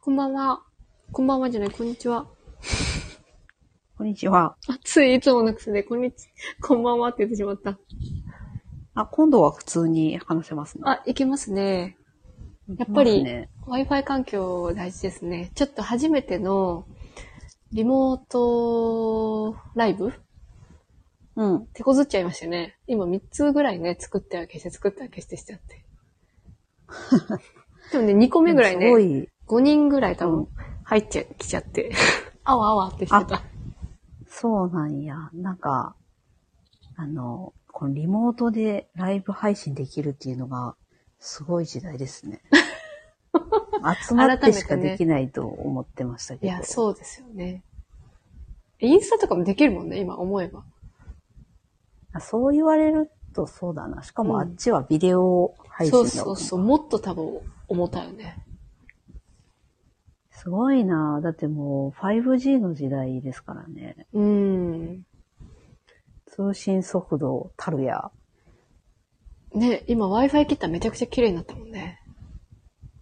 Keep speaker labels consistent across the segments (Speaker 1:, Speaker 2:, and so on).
Speaker 1: こんばんは。こんばんはじゃない、こんにちは。
Speaker 2: こんにちは。
Speaker 1: あ、ついいつもの癖で、こんにち、 こんばんはって言ってしまった。
Speaker 2: あ、今度は普通に話せますね。
Speaker 1: あ、いけますね。やっぱり
Speaker 2: 話せますね
Speaker 1: Wi-Fi 環境大事ですね。ちょっと初めてのリモートライブ
Speaker 2: うん。
Speaker 1: 手こずっちゃいましたね。今3つぐらいね、作っては消して、作っては消してしちゃ って。でもね、2個目ぐらい
Speaker 2: すご
Speaker 1: ね、
Speaker 2: い、
Speaker 1: 5人ぐらい多
Speaker 2: う
Speaker 1: 分
Speaker 2: ん
Speaker 1: 入っちゃ、きちゃって。 あわあわってしてた。
Speaker 2: そうなんや。なんか、あの、このリモートでライブ配信できるっていうのが、すごい時代で すね。集まってしかできないと思ってましたけ
Speaker 1: い
Speaker 2: ど。
Speaker 1: や、そうですよね。インスタとかもできるもんね、今思えば。
Speaker 2: あそう言われるとそうだな。しか
Speaker 1: う
Speaker 2: も
Speaker 1: ん
Speaker 2: あっちはビデオ配信だ
Speaker 1: そう
Speaker 2: もん
Speaker 1: そ
Speaker 2: ね
Speaker 1: うそう、もっと多分重たいよね。
Speaker 2: すごいな。だってもう 5G の時代ですからね。
Speaker 1: うん。
Speaker 2: 通信速度たるや。
Speaker 1: ね、今 Wi-Fi 切ったらめちゃくちゃ綺麗になったもんね。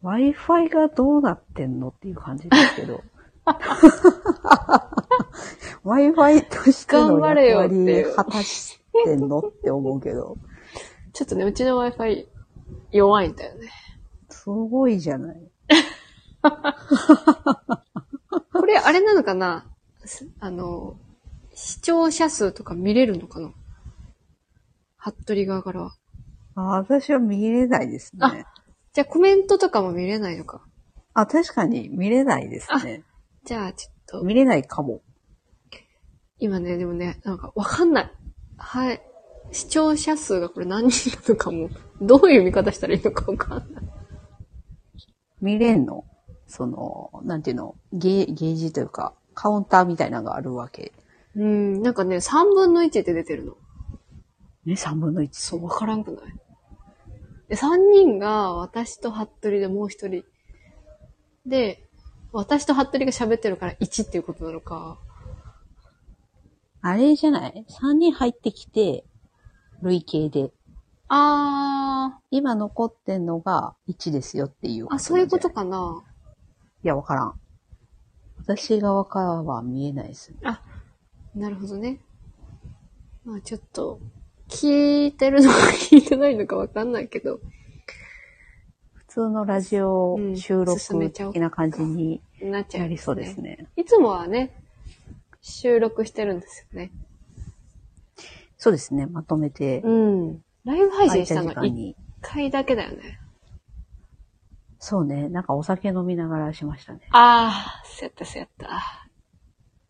Speaker 2: Wi-Fi がどうなってんのっていう感じですけど。Wi-Fi としての
Speaker 1: 頑張れ
Speaker 2: 役
Speaker 1: よっていう
Speaker 2: 割果たしてんのって思うけど。
Speaker 1: ちょっとね、うちの Wi-Fi 弱いんだよね。
Speaker 2: すごいじゃない。
Speaker 1: これ、あれなのかなすあの、視聴者数とか見れるのかな服部側からは。
Speaker 2: あ私は見れないですね。
Speaker 1: じゃあコメントとかも見れないのか。
Speaker 2: あ、確かに見れないですね。
Speaker 1: じゃあちょっと、
Speaker 2: 見れないかも。
Speaker 1: 今ね、でもね、なんかわかんない。はい。視聴者数がこれ何人なのかも、どういう見方したらいいのかわかんない。
Speaker 2: 見れんのその、なんていうのゲーゲージというか、カウンターみたいなのがあるわけ。
Speaker 1: うん、なんかね、3分の1って出てるの。
Speaker 2: ね、3分の1。
Speaker 1: そう、わからんくないで、3人が私と服部でもう一人。で、私と服部が喋ってるから1っていうことなのか。
Speaker 2: あれじゃない ?3 人入ってきて、累計で。
Speaker 1: あ
Speaker 2: 今残ってんのが1ですよっていう
Speaker 1: ー、あ、そういうこと
Speaker 2: い
Speaker 1: かな。
Speaker 2: や、わからん。私側からは見えないですね。
Speaker 1: なるほどね。まあちょっと、聞いてるのか聞いてないのかわかんないけど、
Speaker 2: 普通のラジオ
Speaker 1: うん
Speaker 2: 収録
Speaker 1: 進めちゃおう
Speaker 2: 的な感じに
Speaker 1: なっちゃいますね
Speaker 2: なりそうです。ね。
Speaker 1: いつもはね、収録してるんですよね。
Speaker 2: そうですね。まとめて、
Speaker 1: うん。ライブ配
Speaker 2: 空
Speaker 1: 信
Speaker 2: い
Speaker 1: したた
Speaker 2: 時
Speaker 1: の
Speaker 2: 間
Speaker 1: 1
Speaker 2: に。
Speaker 1: 回だけだよね。
Speaker 2: そうね。なんかお酒飲みながらしましたね。
Speaker 1: あー、そうやったそうやった。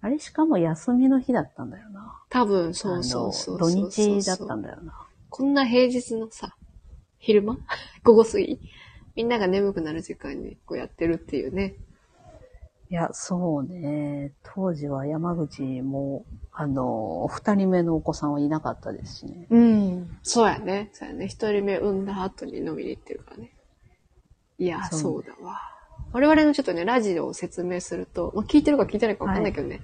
Speaker 2: あれしかも休みの日だったんだよな。
Speaker 1: 多分、そうそうそうそう
Speaker 2: あ
Speaker 1: そ
Speaker 2: の
Speaker 1: うそう
Speaker 2: 土日だったんだよな。
Speaker 1: こんな平日のさ、昼間 午後過ぎみんなが眠くなる時間にこうやってるっていうね。
Speaker 2: いや、そうね。当時は山口も、あの、二人目のお子さんはいなかったですしね。
Speaker 1: うん。そうやね。そうやね。一人目産んだ後に飲みに行ってるからね。いや、
Speaker 2: そ
Speaker 1: そううだわ。我々のちょっとね、ラジオを説明すると、まあ、聞いてるか聞いてないかわかんないけどね。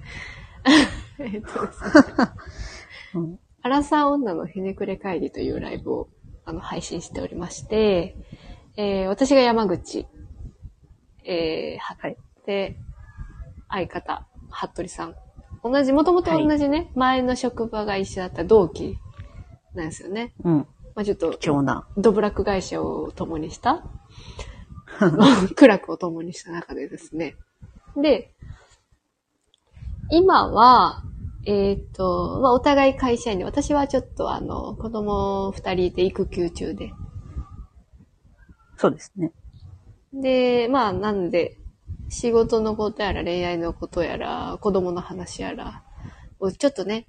Speaker 1: えっとですね
Speaker 2: うん。
Speaker 1: アラサー女のひねくれ会議というライブをあの配信しておりまして、えー私が山口、えー、は
Speaker 2: はい
Speaker 1: で、相方、服部さん。同じ、もともと同じね、前の職場が一緒だった同期なんですよね。
Speaker 2: うん。
Speaker 1: まあちょっと、
Speaker 2: 貴重な。
Speaker 1: ドブラック会社を共にした、 苦楽を共にした中でですね。で、今は、えっ、と、まあ、お互い会社員で、私はちょっとあの、子供二人で育休中で。
Speaker 2: そうですね。
Speaker 1: で、まあ、なんで、仕事のことやら、恋愛のことやら、子供の話やら、をちょっとね、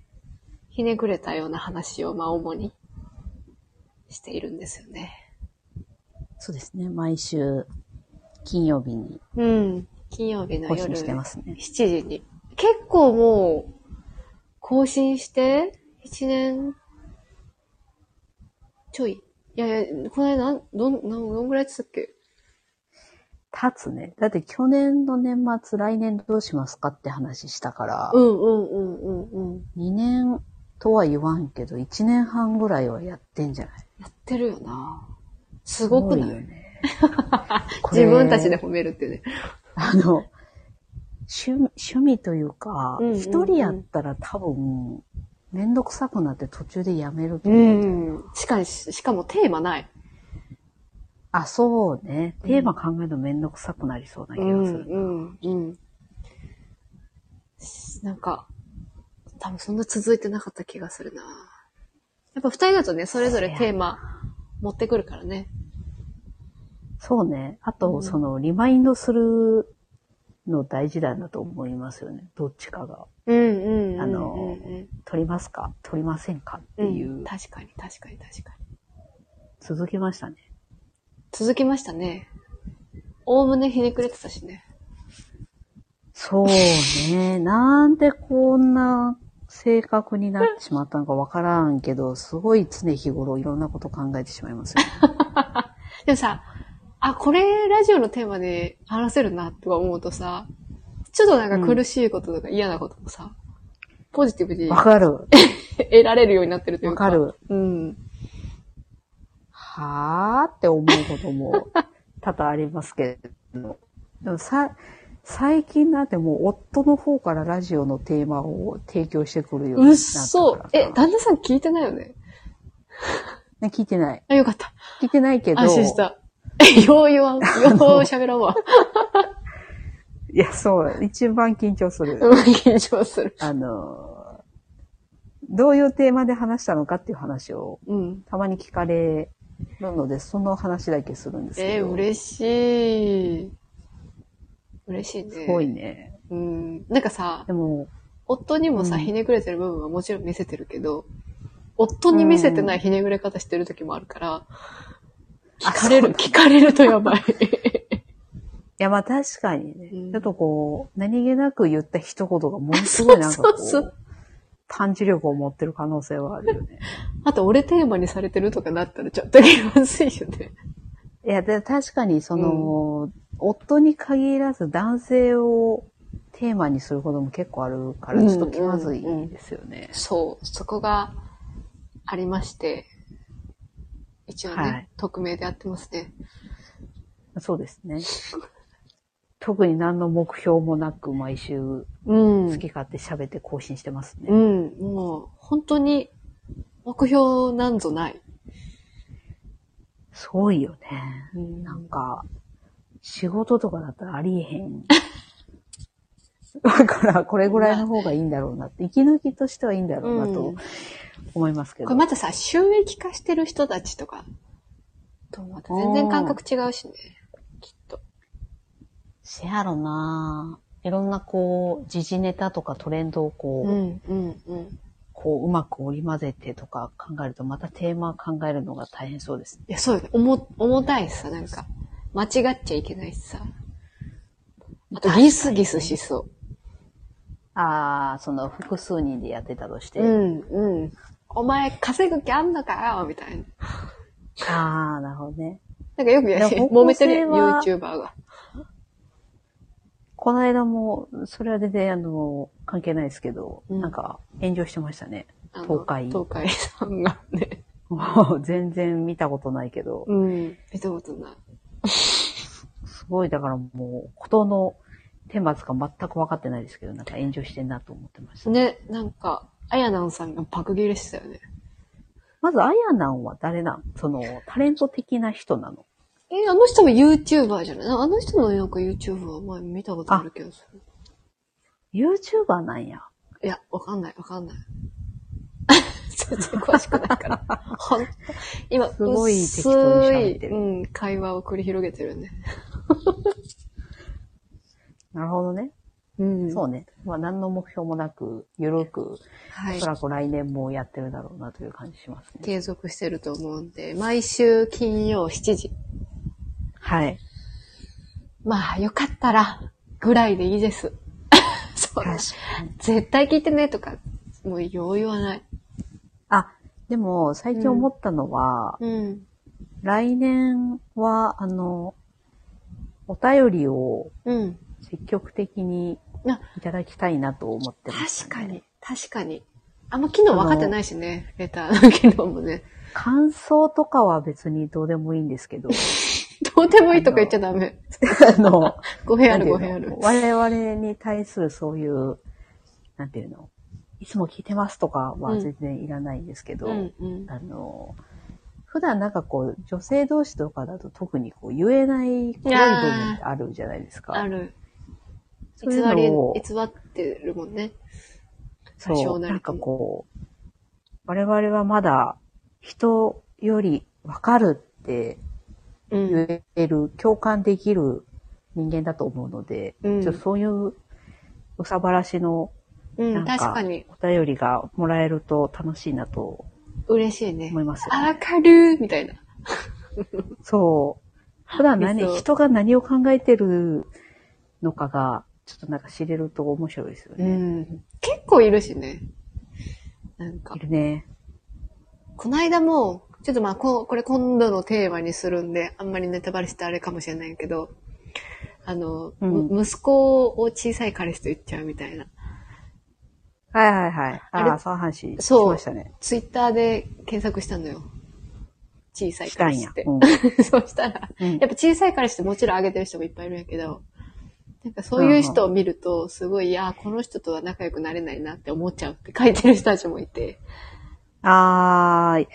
Speaker 1: ひねくれたような話を、まあ、主にしているんですよね。
Speaker 2: そうですね。毎週、金曜日に
Speaker 1: うん。金曜日の
Speaker 2: 更
Speaker 1: 夜。
Speaker 2: 新してますね。
Speaker 1: 7時に。結構もう、更新して、1年、ちょい。いやいや、この間、なんどん、なんどんぐらいやってたっけ
Speaker 2: 経つね。だって去年の年末、来年どうしますかって話したから、
Speaker 1: うんうんうんうんうん。
Speaker 2: 2年とは言わんけど、1年半ぐらいはやってんじゃない
Speaker 1: やってるよなすごくない
Speaker 2: すごいよね
Speaker 1: 自分たちで。褒めるっていうね。
Speaker 2: あの、趣趣味というか
Speaker 1: うんうんう、ん
Speaker 2: 一、人やったら多分、めんどくさくなって途中でやめると
Speaker 1: う
Speaker 2: 思うんだよ
Speaker 1: ん。しかし、しかもテーマない。
Speaker 2: あ、そうね。
Speaker 1: うん
Speaker 2: テーマ考えるのめんどくさくなりそうな気
Speaker 1: う
Speaker 2: がす
Speaker 1: ん、
Speaker 2: る。
Speaker 1: うん、うん。しなんか、多分そんな続いてなかった気がするな。やっぱ二人だとね、それぞれテーマ持ってくるからね。
Speaker 2: そうね。あと、
Speaker 1: うん
Speaker 2: その、リマインドするの大事だなと思いますよね。どっちかが。
Speaker 1: うんうんうん。
Speaker 2: あの
Speaker 1: うんうん
Speaker 2: 撮りますか撮りませんかっていう、
Speaker 1: ん確かに確かに確かに。
Speaker 2: 続きましたね。
Speaker 1: 続きましたね。おおむねひねくれてたしね。
Speaker 2: そうね。なんでこんな性格になってしまったのかわからんけど、すごい常日頃いろんなこと考えてしまいますよね。
Speaker 1: でもさ、あ、これラジオのテーマで話せるなとか思うとさ、ちょっとなんか苦しいこととか嫌なこともさ、ポジティブに
Speaker 2: わかる。
Speaker 1: 得られるようになってるとい
Speaker 2: わ
Speaker 1: うか。
Speaker 2: か。る。
Speaker 1: うん。
Speaker 2: はーって思うこ とも多々ありますけど。でもさ、最近なんてもう夫の方からラジオのテーマを提供してくるように
Speaker 1: う
Speaker 2: な
Speaker 1: っ
Speaker 2: った
Speaker 1: そ
Speaker 2: から。
Speaker 1: え、旦那さん聞いてないよね
Speaker 2: ね聞いてない。
Speaker 1: あ、よかった。
Speaker 2: 聞いてないけど。
Speaker 1: 安心した。え、よう言わん。よう喋らんわ。
Speaker 2: いや、そう。一番緊張する。
Speaker 1: うん、緊張する。
Speaker 2: あの、どういうテーマで話したのかっていう話を
Speaker 1: うん。
Speaker 2: たまに聞かれるので、その話だけするんですけ
Speaker 1: え
Speaker 2: ど。
Speaker 1: ー、嬉しい。嬉しいね。
Speaker 2: すごいね。
Speaker 1: うん。なんかさ
Speaker 2: で、も、
Speaker 1: 夫にもさ、
Speaker 2: うん
Speaker 1: ひねくれてる部分はもちろん見せてるけど、夫に見せてないひねくれ方してる時もあるから、聞かれる、聞かれるとやばい。
Speaker 2: いや、まあ確かにね、
Speaker 1: うん
Speaker 2: ちょっとこう、何気なく言った一言がものすごいなんかこ う、
Speaker 1: そうそうそう
Speaker 2: パンチ力を持ってる可能性はあるよね。
Speaker 1: あと、俺テーマにされてるとかなったらちょっと気まずいよね。
Speaker 2: いや、で確かにその、夫に限らず男性をテーマにすることも結構あるから、
Speaker 1: うん
Speaker 2: ちょっと気まずいですよね。
Speaker 1: そう、そこがありまして、一応ね、
Speaker 2: はい
Speaker 1: 匿名でやってますね。
Speaker 2: そうですね。特に何の目標もなく毎週
Speaker 1: うん。
Speaker 2: 好き勝手喋って更新してますね。
Speaker 1: うん、もう、本当に、目標なんぞない。
Speaker 2: すごいよね。
Speaker 1: うん
Speaker 2: なんか、仕事とかだったらありえへん。 だから、これぐらいの方がいいんだろうなって、息抜きとしてはいいんだろうな
Speaker 1: う
Speaker 2: と
Speaker 1: ん
Speaker 2: 思いますけ
Speaker 1: こ
Speaker 2: ど。
Speaker 1: れまたさ、収益化してる人たちとか、とまた全然感覚違うしね。きっと。
Speaker 2: せやろなぁいろんなこう、時事ネタとかトレンドをこう、
Speaker 1: ん、うん、うん。
Speaker 2: こう、うまく織り交ぜてとか考えると、またテーマ考えるのが大変そうですね。
Speaker 1: いや、そうよね。重、重たいしさ、なんか。間違っちゃいけないしさ。あと、ギスギスしそ
Speaker 2: ああ、その複数人でやってたとして。
Speaker 1: う。うん、うん。お前、稼ぐ気あんのかよみたいな。
Speaker 2: ああ、なるほどね。
Speaker 1: なんかよくや
Speaker 2: いや
Speaker 1: 揉めてるよ、
Speaker 2: 方向
Speaker 1: YouTuber が。
Speaker 2: この間も、それは全然、あの、関係ないですけど、
Speaker 1: うん
Speaker 2: なんか、炎上してましたね。
Speaker 1: あの
Speaker 2: 東海
Speaker 1: 東海さんがね。
Speaker 2: もう全然見たことないけど、
Speaker 1: うん。見たことない。
Speaker 2: すごい、だからもう、ことの天末が全く分かってないですけど、なんか炎上してんなと思ってました。
Speaker 1: ね、なんか、あやなんさんが爆切れしてたよね。
Speaker 2: まず、あやなんは誰なんその、タレント的な人なの
Speaker 1: え、あの人も YouTuber じゃないあの人もなんか YouTuber 前見たことある気がする。
Speaker 2: ?YouTuber なんや。
Speaker 1: いや、わかんない、わかんない。 全然詳しくないから。 ほんと今、
Speaker 2: すごい
Speaker 1: 薄
Speaker 2: 適当に喋ってる
Speaker 1: いうん、会話を繰り広げてるね。
Speaker 2: なるほどね。
Speaker 1: うん
Speaker 2: そうね。まあ、何の目標もなく、ゆるく、
Speaker 1: は
Speaker 2: お
Speaker 1: い
Speaker 2: そ。らく来年もやってるだろうなという感じしますね。
Speaker 1: 継続してると思うんで、毎週金曜7時。
Speaker 2: はい。
Speaker 1: まあ、よかったら、ぐらいでいいです。 そう
Speaker 2: 確かに。
Speaker 1: 絶対聞いてねとか、もうよう言わない。
Speaker 2: あ、でも、最近思ったのは、
Speaker 1: うん。
Speaker 2: 来年は、あの、お便りを
Speaker 1: うん。
Speaker 2: 積極的に
Speaker 1: あ
Speaker 2: いただきたいなと思ってます、
Speaker 1: 確かに。、確かに。あんま機能分かってないしね、レターの機能もね。
Speaker 2: 感想とかは別にどうでもいいんですけど、
Speaker 1: どうでもいいとか言っちゃダメ。
Speaker 2: あの、
Speaker 1: 語弊あ
Speaker 2: なん
Speaker 1: る
Speaker 2: てい
Speaker 1: 語弊
Speaker 2: うの
Speaker 1: ある。
Speaker 2: 我々に対するそういう、なんていうの、いつも聞いてますとかは全然いらないんですけど、
Speaker 1: うんうん。
Speaker 2: あの、普段なんかこう、女性同士とかだと特にこう言えない声部分ってあるじゃないです
Speaker 1: あ
Speaker 2: か。
Speaker 1: る。
Speaker 2: そうい
Speaker 1: 偽
Speaker 2: う
Speaker 1: り、
Speaker 2: のを
Speaker 1: 偽ってるもんね。多
Speaker 2: そ
Speaker 1: 少
Speaker 2: う、
Speaker 1: な
Speaker 2: な
Speaker 1: り
Speaker 2: ん
Speaker 1: と
Speaker 2: か
Speaker 1: も
Speaker 2: こう、我々はまだ人よりわかるって
Speaker 1: う
Speaker 2: 言
Speaker 1: ん。
Speaker 2: える、共感できる人間だと思うので、
Speaker 1: うん
Speaker 2: ちょっとそういううさばらしの
Speaker 1: う、
Speaker 2: なんんか
Speaker 1: 確かに。
Speaker 2: お便りがもらえると楽しいなと
Speaker 1: 嬉しいね
Speaker 2: 思。いますよ
Speaker 1: あ、わかるみたいな。
Speaker 2: そう。普段何
Speaker 1: 理、想
Speaker 2: 人が何を考えてるのかが、ちょっとなんか知れると面白いですよ
Speaker 1: う
Speaker 2: ね。
Speaker 1: ん。結構いるしね。なんか
Speaker 2: い。るね。
Speaker 1: この間も、ちょっとまあこ、これ今度のテーマにするんで、あんまりネタバレしてあれかもしれないけど、あの、
Speaker 2: うん
Speaker 1: む息子を小さい彼氏と言っちゃうみたいな。
Speaker 2: はいはいはい。
Speaker 1: あれ
Speaker 2: ああ、そう話し
Speaker 1: そう
Speaker 2: ましたね。
Speaker 1: ツイッターで検索したのよ。小さい
Speaker 2: した
Speaker 1: 彼
Speaker 2: ん
Speaker 1: 氏
Speaker 2: や
Speaker 1: っ。て。
Speaker 2: うん
Speaker 1: そうしたら、
Speaker 2: うん
Speaker 1: やっぱ小さい彼氏ってもちろんあげてる人もいっぱいいるんやけど、なんかそういう人を見ると、すごい、いや、この人とは仲良くなれないなって思っちゃうって書いてる人たちもいて、
Speaker 2: あーい。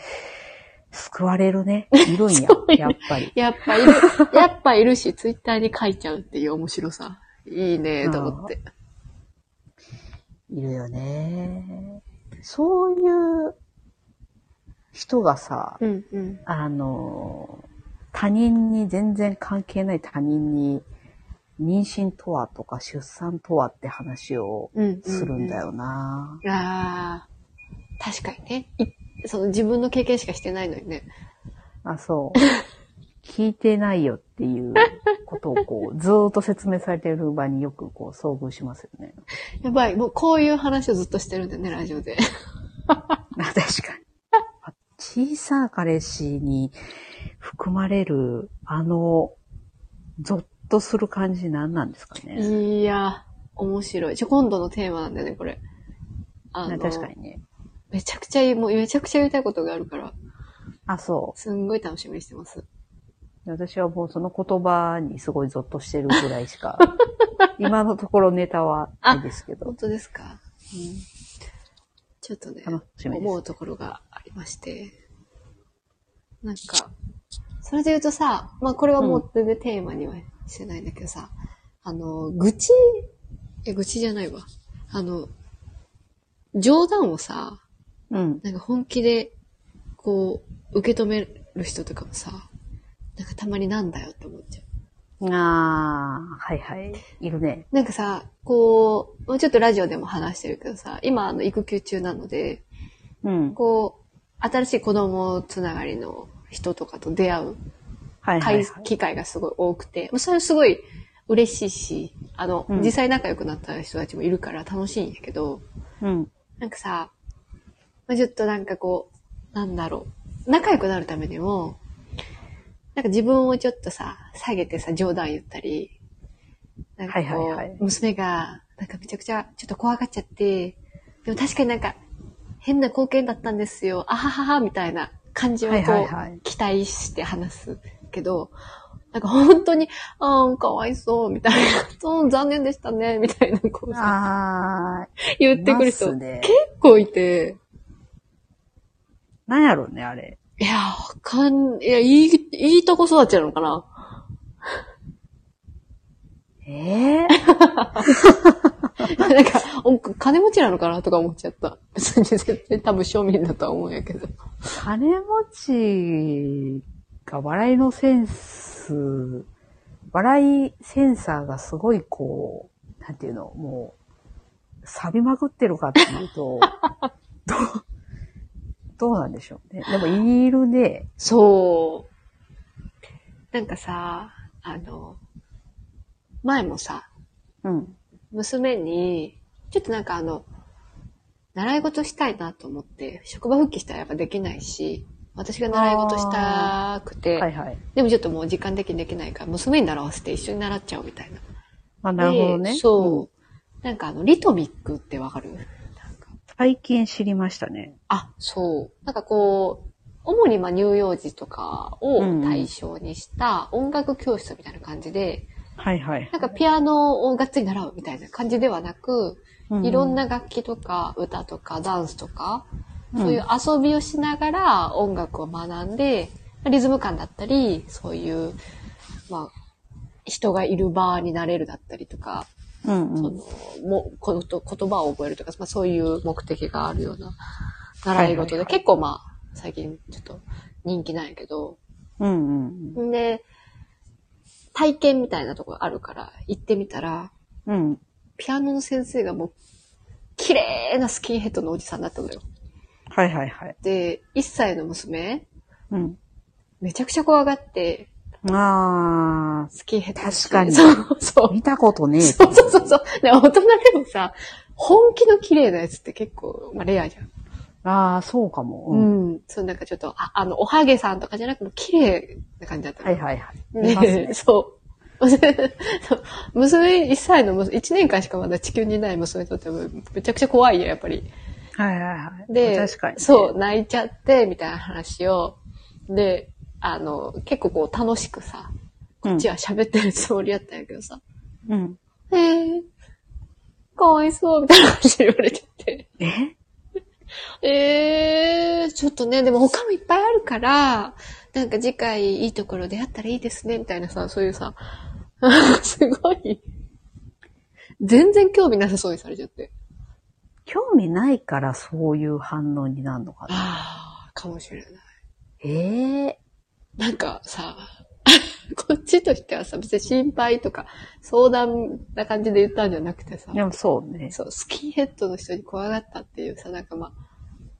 Speaker 2: 救われるね。いるんや
Speaker 1: そう。
Speaker 2: やっぱり。
Speaker 1: やっぱ いる、やっぱいるし、ツイッターに書いちゃうっていう面白さ。いいね、と思って。
Speaker 2: いるよね。そういう人がさ、
Speaker 1: うんうん。
Speaker 2: あの、他人に全然関係ない他人に、妊娠とはとか出産とはって話を
Speaker 1: うん、うん。
Speaker 2: するんだ。よな。
Speaker 1: ああ、確かにね。いその自分の経験しかしてないのにね。
Speaker 2: あ、そう。聞いてないよっていうことをこう、ずーっと説明されてる場によくこう、遭遇しますよね。
Speaker 1: やばい、もうこういう話をずっとしてるんだよね、ラジオで。
Speaker 2: あ確かに。あ小さな彼氏に含まれる、あの、ゾッとする感じ何なんですかね。
Speaker 1: いや、面白い。じゃ、今度のテーマなんだよね、これ。あ
Speaker 2: な確か。にね。
Speaker 1: めちゃくちゃいい、もうめちゃくちゃ言いたいことがあるから、
Speaker 2: あ、そう。
Speaker 1: すんごい楽しみにしてます。
Speaker 2: 私はもうその言葉にすごいゾッとしてるぐらいし か、今のところネタはないですけど
Speaker 1: 本、当ですか、うん、ちょっとね、
Speaker 2: 楽しみで
Speaker 1: 思う
Speaker 2: す。
Speaker 1: ところがありまして。なんか、それで言うとさ、まあこれはもう全然テーマにはしてないんだけどさ、あの、愚痴、え、愚痴じゃないわ。あの、冗談をさ、
Speaker 2: うん。
Speaker 1: なんか本気で、こう、受け止める人とかもさ、なんかたまになんだよって思っちゃ
Speaker 2: ああ、はいはい。いるね。
Speaker 1: う。なんかさ、こう、もうちょっとラジオでも話してるけどさ、今、あの、育休中なので、
Speaker 2: うん。
Speaker 1: こう、新しい子供つながりの人とかと出会う
Speaker 2: はいはい、はい。
Speaker 1: 機会がすごい多くて、まあそれはすごい嬉しいし、あの、
Speaker 2: うん
Speaker 1: 実際仲良くなった人たちもいるから楽しいんやけど、
Speaker 2: うん。
Speaker 1: なんかさ、まあちょっとなんかこう、なんだろう、仲良くなるためにも、なんか自分をちょっとさ、下げてさ、冗談言ったり、なんかこう、
Speaker 2: はいはいはい
Speaker 1: 娘が、なんかめちゃくちゃ、ちょっと怖がっちゃって、でも確かになんか、変な光景だったんですよ、あははは、みたいな感じをこう、
Speaker 2: はいはいはい
Speaker 1: 期待して話すけど、なんか本当に、ああ、かわいそう、みたいな、 そう、残念でしたね、みたいな、こうさ、
Speaker 2: ああ、
Speaker 1: 言ってくる
Speaker 2: いま
Speaker 1: 人、
Speaker 2: す
Speaker 1: 結
Speaker 2: ね
Speaker 1: 構いて、
Speaker 2: なんやろうね、あれ。
Speaker 1: いや、わかん、いや、いい、いいとこ育ちなのか な
Speaker 2: ええ
Speaker 1: なんか、お金持ちなのかなとか思っちゃった。 別に絶対多分庶民だとは思うんやけど。
Speaker 2: 金持ちが笑いのセンス、笑いセンサーがすごいこう、なんていうの、もう、錆びまくってるかっていう と、どう、どうなんでしょうね。でも、いるね。
Speaker 1: そう。なんかさ、あの、前もさ、
Speaker 2: うん。
Speaker 1: 娘に、ちょっとなんかあの、習い事したいなと思って、職場復帰したらやっぱできないし、私が習い事したくて、
Speaker 2: はいはい。
Speaker 1: でもちょっともう時間的にできないから、娘に習わせて一緒に習っちゃおうみたいな。
Speaker 2: まあ、なるほど
Speaker 1: で
Speaker 2: ね。
Speaker 1: そう、
Speaker 2: ん。
Speaker 1: なんかあの、リトミックってわかるなんか
Speaker 2: 最近知りましたね。
Speaker 1: あ、そう。なんかこう、主にまあ乳幼児とかを対象にした音楽教室みたいな感じで、
Speaker 2: はいはい。
Speaker 1: なんかピアノをがっつり習うみたいな感じではなく、いろんな楽器とか歌とかダンスとか、そういう遊びをしながら音楽を学んで、まあリズム感だったり、そういう、まあ、人がいる場になれるだったりとか、
Speaker 2: うんうん
Speaker 1: そのもこと言葉を覚えるとか、まあ、そういう目的があるような習い事で、
Speaker 2: はいはいはい
Speaker 1: 結構まあ、最近ちょっと人気なんやけど、
Speaker 2: うんうん
Speaker 1: んで、体験みたいなところあるから、行ってみたら、
Speaker 2: うん。
Speaker 1: ピアノの先生がもう、綺麗なスキンヘッドのおじさんだったのよ。
Speaker 2: はいはいはい。
Speaker 1: で、1歳の娘、
Speaker 2: うん。
Speaker 1: めちゃくちゃ怖がって、
Speaker 2: あ
Speaker 1: スキンヘッドにして
Speaker 2: 確かに
Speaker 1: そうそ
Speaker 2: ー、
Speaker 1: う。
Speaker 2: 見たことねえ。
Speaker 1: そうそうそうそう。で、大人でもさ、本気の綺麗なやつって結構、まあ、レアじゃん。
Speaker 2: ああ、そうかも。
Speaker 1: う
Speaker 2: うん。
Speaker 1: ん。そう、なんかちょっと、ああの、おはげさんとかじゃなくて、もう綺麗な感じだったの
Speaker 2: はいはいはい。
Speaker 1: ね。
Speaker 2: 見ますね
Speaker 1: そう。 そう娘、1歳の娘、1年間しかまだ地球にいない娘にとっては、めちゃくちゃ怖いよ、やっぱり。
Speaker 2: はいはいはい。
Speaker 1: で、
Speaker 2: 確かに。
Speaker 1: そう、泣いちゃって、みたいな話を、で、あの、結構こう楽しくさ、
Speaker 2: うん。
Speaker 1: じゃあ喋ってるつもりやったんやけどさ、
Speaker 2: うん。
Speaker 1: えー、かわいそう、みたいな話言われてて、
Speaker 2: え
Speaker 1: えー、ちょっとね、でも他もいっぱいあるから、なんか次回いいところでやったらいいですね、みたいなさ、そういうさ、 すごい、全然興味なさそうにされちゃって。
Speaker 2: 興味ないからそういう反応になるのかな。
Speaker 1: ああ、かもしれない。
Speaker 2: ええ
Speaker 1: なんかさ、 こっちとしてはさ、別に心配とか相談な感じで言ったんじゃなくてさ
Speaker 2: ー。、でもそうね。
Speaker 1: そう、スキンヘッドの人に怖がったっていうさ、なんかまあ、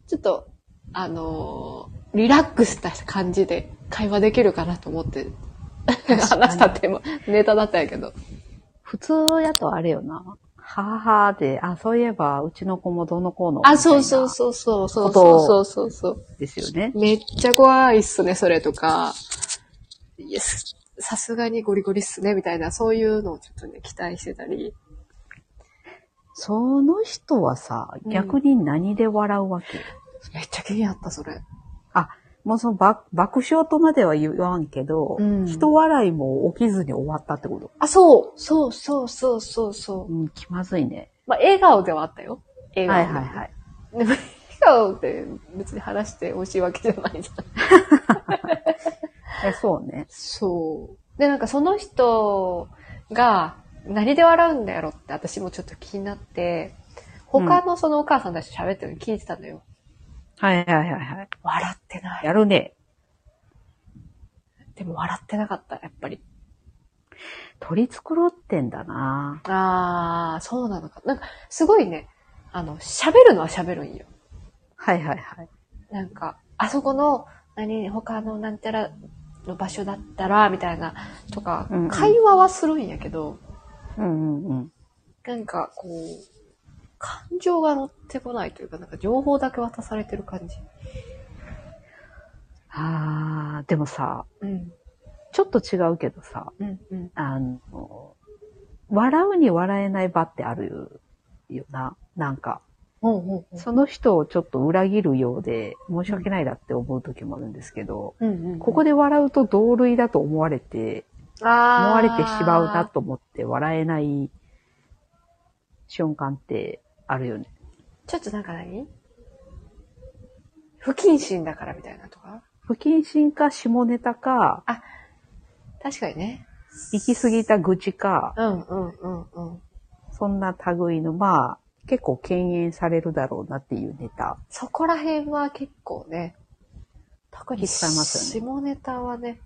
Speaker 1: ちょっと、あのーリラックスした感じで会話できるかなと思って、
Speaker 2: かに
Speaker 1: 話したテーマ、ネタだったんやけど。
Speaker 2: 普通やとあれよな。はははで、あ、そういえば、うちの子もどうのこうの。
Speaker 1: あ、そうそうそうそう、そうそうそうそう。
Speaker 2: う。ですよね。
Speaker 1: めっちゃ怖いっすね、それとか。いや、すさすがにゴリゴリっすね、みたいな、そういうのをちょっとね、期待してたり。
Speaker 2: その人はさ、
Speaker 1: うん
Speaker 2: 逆に何で笑うわけ、
Speaker 1: めっちゃ気になった、それ。
Speaker 2: もうその爆爆笑とまでは言わんけど、
Speaker 1: うん
Speaker 2: 人笑いも起きずに終わったってこと。
Speaker 1: あ、そう、そうそうそうそうそう。
Speaker 2: うん、気まずいね。
Speaker 1: まあ、笑顔ではあったよ。笑
Speaker 2: は
Speaker 1: 顔で。
Speaker 2: いはいはい。
Speaker 1: でも笑顔って別に話して美味しいわけじゃないじゃん。
Speaker 2: え、そうね。
Speaker 1: そう。で、なんかその人が何で笑うんだやろって私もちょっと気になって、他のそのお母さんたちと喋ってるの聞いてたのよ。
Speaker 2: はいはいはいはい。
Speaker 1: 笑ってない。
Speaker 2: やるね。
Speaker 1: でも笑ってなかった、やっぱり。
Speaker 2: 取り繕ってんだな
Speaker 1: あー、そうなのか。なんか、すごいね、あの、喋るのは喋るんよ。
Speaker 2: はいはいはい。
Speaker 1: なんか、あそこの、何、他のなんたらの場所だったら、みたいな、とか
Speaker 2: うんうん、
Speaker 1: 会話はするんやけど、
Speaker 2: うんうんうん。
Speaker 1: なんか、こう、感情が乗ってこないというか、なんか情報だけ渡されてる感じ。
Speaker 2: あー、でもさ、
Speaker 1: うん、
Speaker 2: ちょっと違うけどさ、
Speaker 1: うん、うん。
Speaker 2: あの、笑うに笑えない場ってあるよな。なんか、
Speaker 1: ほうほう
Speaker 2: その人をちょっと裏切るようで、申し訳ないだって思う時もあるんですけど、
Speaker 1: う。うん、うん。
Speaker 2: ここ
Speaker 1: で、
Speaker 2: で笑うと同類だと思われて、思
Speaker 1: あ
Speaker 2: われてしまうな。と思って笑えない瞬間ってあるよね。
Speaker 1: ちょっとなんか何不謹慎だからみたいなとか
Speaker 2: 不謹慎か下ネタか、
Speaker 1: 確かにね。
Speaker 2: 行き過ぎた愚痴か、
Speaker 1: うん、うん、うん、うん。
Speaker 2: そんな類の、まあ、結構敬遠されるだろうなっていうネタ。
Speaker 1: そこら辺は結構ね、特に
Speaker 2: 引っ張ります
Speaker 1: 下ネタはね、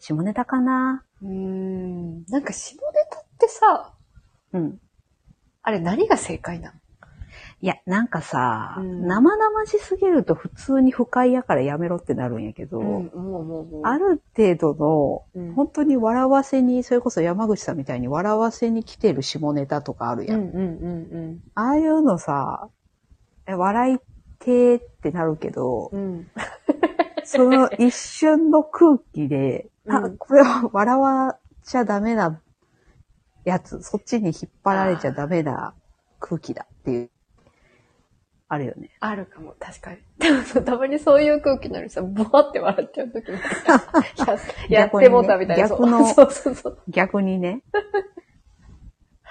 Speaker 2: 下ネタかな
Speaker 1: うーん、なんか下ネタってさ、
Speaker 2: うん。
Speaker 1: あれ何が正解なの
Speaker 2: いや、なんかさ、
Speaker 1: うん
Speaker 2: 生々しすぎると普通に不快やからやめろってなるんやけど、
Speaker 1: もうもうもう。
Speaker 2: ある程度
Speaker 1: うん
Speaker 2: の、本当に笑わせに、それこそ山口さんみたいに笑わせに来てる下ネタとかある
Speaker 1: う
Speaker 2: やん。
Speaker 1: んうんうん
Speaker 2: ああいうのさ、え笑いてーってなるけど、
Speaker 1: うん。うん。
Speaker 2: その一瞬の空気で、
Speaker 1: う
Speaker 2: あ
Speaker 1: ん、
Speaker 2: これは笑わちゃダメなやつ、そっちに引っ張られちゃダメな空気だっていうあるよね。
Speaker 1: あるかも、確かに。 でもさ、たまにそういう空気になるとさ、ボワって笑っちゃう時もあ るいややってもうたみたいな。
Speaker 2: 逆にね
Speaker 1: そうそうそうそう。
Speaker 2: 逆にね。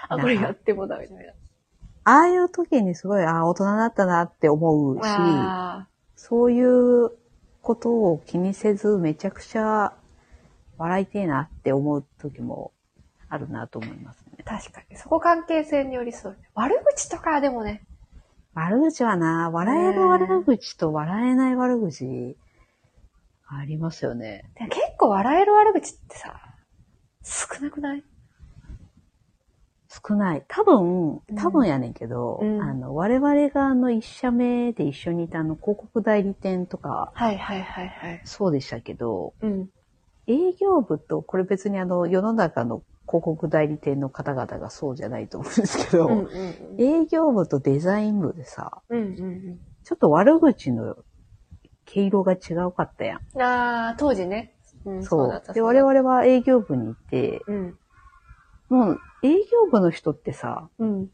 Speaker 1: あ、これやってもだみたいな。
Speaker 2: ああいう時にすごい、ああ、大人だったなって思うし、
Speaker 1: あ
Speaker 2: そういうことを気にせず、めちゃくちゃ笑いてえなって思う時もあるなと思いますね。
Speaker 1: あ、確かに。そこ関係性によりそう。悪口とかでもね、
Speaker 2: 悪口はな、笑える悪口と笑えない悪口、ありますよね。
Speaker 1: でも結構笑える悪口ってさ、少なくない
Speaker 2: 少ない。多分
Speaker 1: うん、
Speaker 2: 多分やねんけど、
Speaker 1: うん
Speaker 2: あの、我々があの一社目で一緒にいたあの広告代理店とか、
Speaker 1: はいはいはいはい。
Speaker 2: そうでしたけど、
Speaker 1: うん。
Speaker 2: 営業部と、これ別にあの、世の中の広告代理店の方々がそうじゃないと思うんですけど、
Speaker 1: うんうんうん。
Speaker 2: 営業部とデザイン部でさ、
Speaker 1: うんうん
Speaker 2: ちょっと悪口の毛色が違うかったやん。
Speaker 1: うん。ああ、当時ね。うん、
Speaker 2: そう
Speaker 1: だった
Speaker 2: で、
Speaker 1: そう
Speaker 2: 我
Speaker 1: だった
Speaker 2: 々は営業部にいて、
Speaker 1: うん。
Speaker 2: もう営業部の人ってさ、
Speaker 1: うん。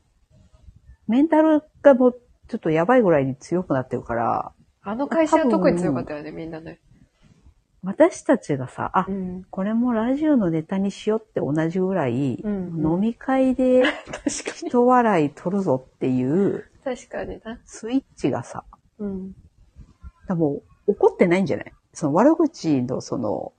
Speaker 2: メンタルがもうちょっとやばいぐらいに強くなってるから、
Speaker 1: あの会社は特に強かったよね、みんなね。
Speaker 2: 私たちがさ、あ、
Speaker 1: うん。
Speaker 2: これもラジオのネタにしようって同じぐらい、
Speaker 1: うんうん
Speaker 2: 飲み会で
Speaker 1: 確かに。
Speaker 2: 人笑い取るぞっていう
Speaker 1: 確かにな。
Speaker 2: スイッチがさ、
Speaker 1: うん。
Speaker 2: だからもう怒ってないんじゃないその悪口のその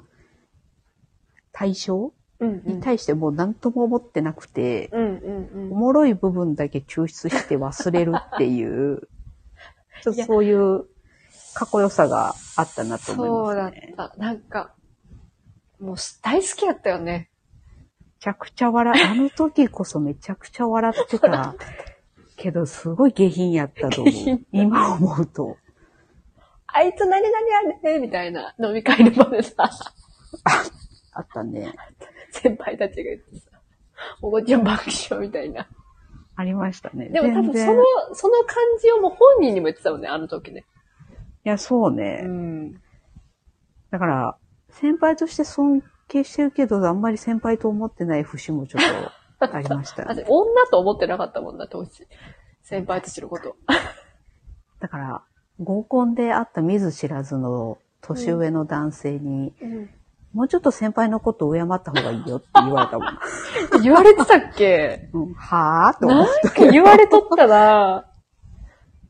Speaker 2: 対象
Speaker 1: うん、う
Speaker 2: に
Speaker 1: ん。
Speaker 2: 対してもう何とも思ってなくて、
Speaker 1: うんうん
Speaker 2: お
Speaker 1: うん。
Speaker 2: もろい部分だけ抽出して忘れるって いう、ちょっとそういうかっこよさがあったなと
Speaker 1: そ
Speaker 2: 思
Speaker 1: う
Speaker 2: い
Speaker 1: だ
Speaker 2: ま
Speaker 1: っ
Speaker 2: すね。
Speaker 1: た。なんか、もう大好きやったよね。
Speaker 2: めちゃくちゃ笑い、あの時こそめちゃくちゃ笑って たけど、すごい下品やったと思
Speaker 1: 下品
Speaker 2: う。今思うと。
Speaker 1: あいつ何々あれみたいな飲み会の場でさ、
Speaker 2: あったね。
Speaker 1: 先輩たちが言ってさ、おごちゃん爆笑みたいな。
Speaker 2: ありましたね。
Speaker 1: でも多
Speaker 2: 全
Speaker 1: 分
Speaker 2: 然
Speaker 1: その、その感じをもう本人にも言ってたもんね、あの時ね。
Speaker 2: いや、そうね。
Speaker 1: ん。
Speaker 2: だから、先輩として尊敬してるけど、あんまり先輩と思ってない節もちょっとありました
Speaker 1: だっ
Speaker 2: よね、
Speaker 1: て女と思ってなかったもんな、当時。先輩たちのこと。
Speaker 2: だから、合コンで会った見ず知らずの年上の男性に、もうちょっと先輩のことを敬った方がいいよって言われたも ん。
Speaker 1: 言われてたっ け
Speaker 2: うん、はぁと思
Speaker 1: な
Speaker 2: っ
Speaker 1: ん
Speaker 2: て。
Speaker 1: か言われとったな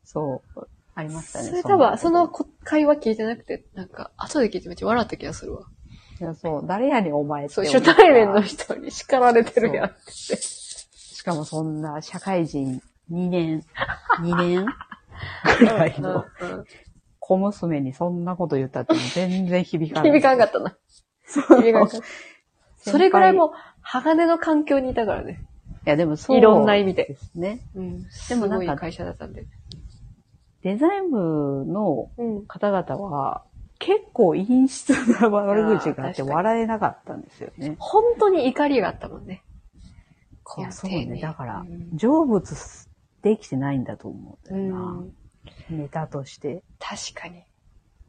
Speaker 2: そう。ありましたね。
Speaker 1: それ多分、そ
Speaker 2: んな
Speaker 1: の
Speaker 2: こ
Speaker 1: こ会話聞いてなくて、なんか、後で聞いてめっちゃ笑った気がするわ。
Speaker 2: といや、そう。誰やねん、お前って
Speaker 1: そう、
Speaker 2: 思
Speaker 1: 初
Speaker 2: った
Speaker 1: 対面の人に叱られてるやんって言って。
Speaker 2: しかもそんな、社会人2年、2年ぐらいの
Speaker 1: うんうんうん
Speaker 2: 小娘にそんなこと言ったって全然響かない。
Speaker 1: 響かんかったな。響かんかった。それぐらいもう、鋼の環境にいたからね。
Speaker 2: いや、でもそう。
Speaker 1: いろんな意味で
Speaker 2: ですね。
Speaker 1: うん。
Speaker 2: でもなんか
Speaker 1: すごい会社だったんで。
Speaker 2: デザイン部の
Speaker 1: うん。
Speaker 2: 方々は、結構陰湿な悪口があって
Speaker 1: あー
Speaker 2: 笑えなかったんですよね。
Speaker 1: 本当に怒りがあったもんね。
Speaker 2: いや、そうね。だから
Speaker 1: う、ん
Speaker 2: 成仏できてないんだと思う
Speaker 1: うん
Speaker 2: だよな。
Speaker 1: ん。
Speaker 2: ネタとして。
Speaker 1: 確かに。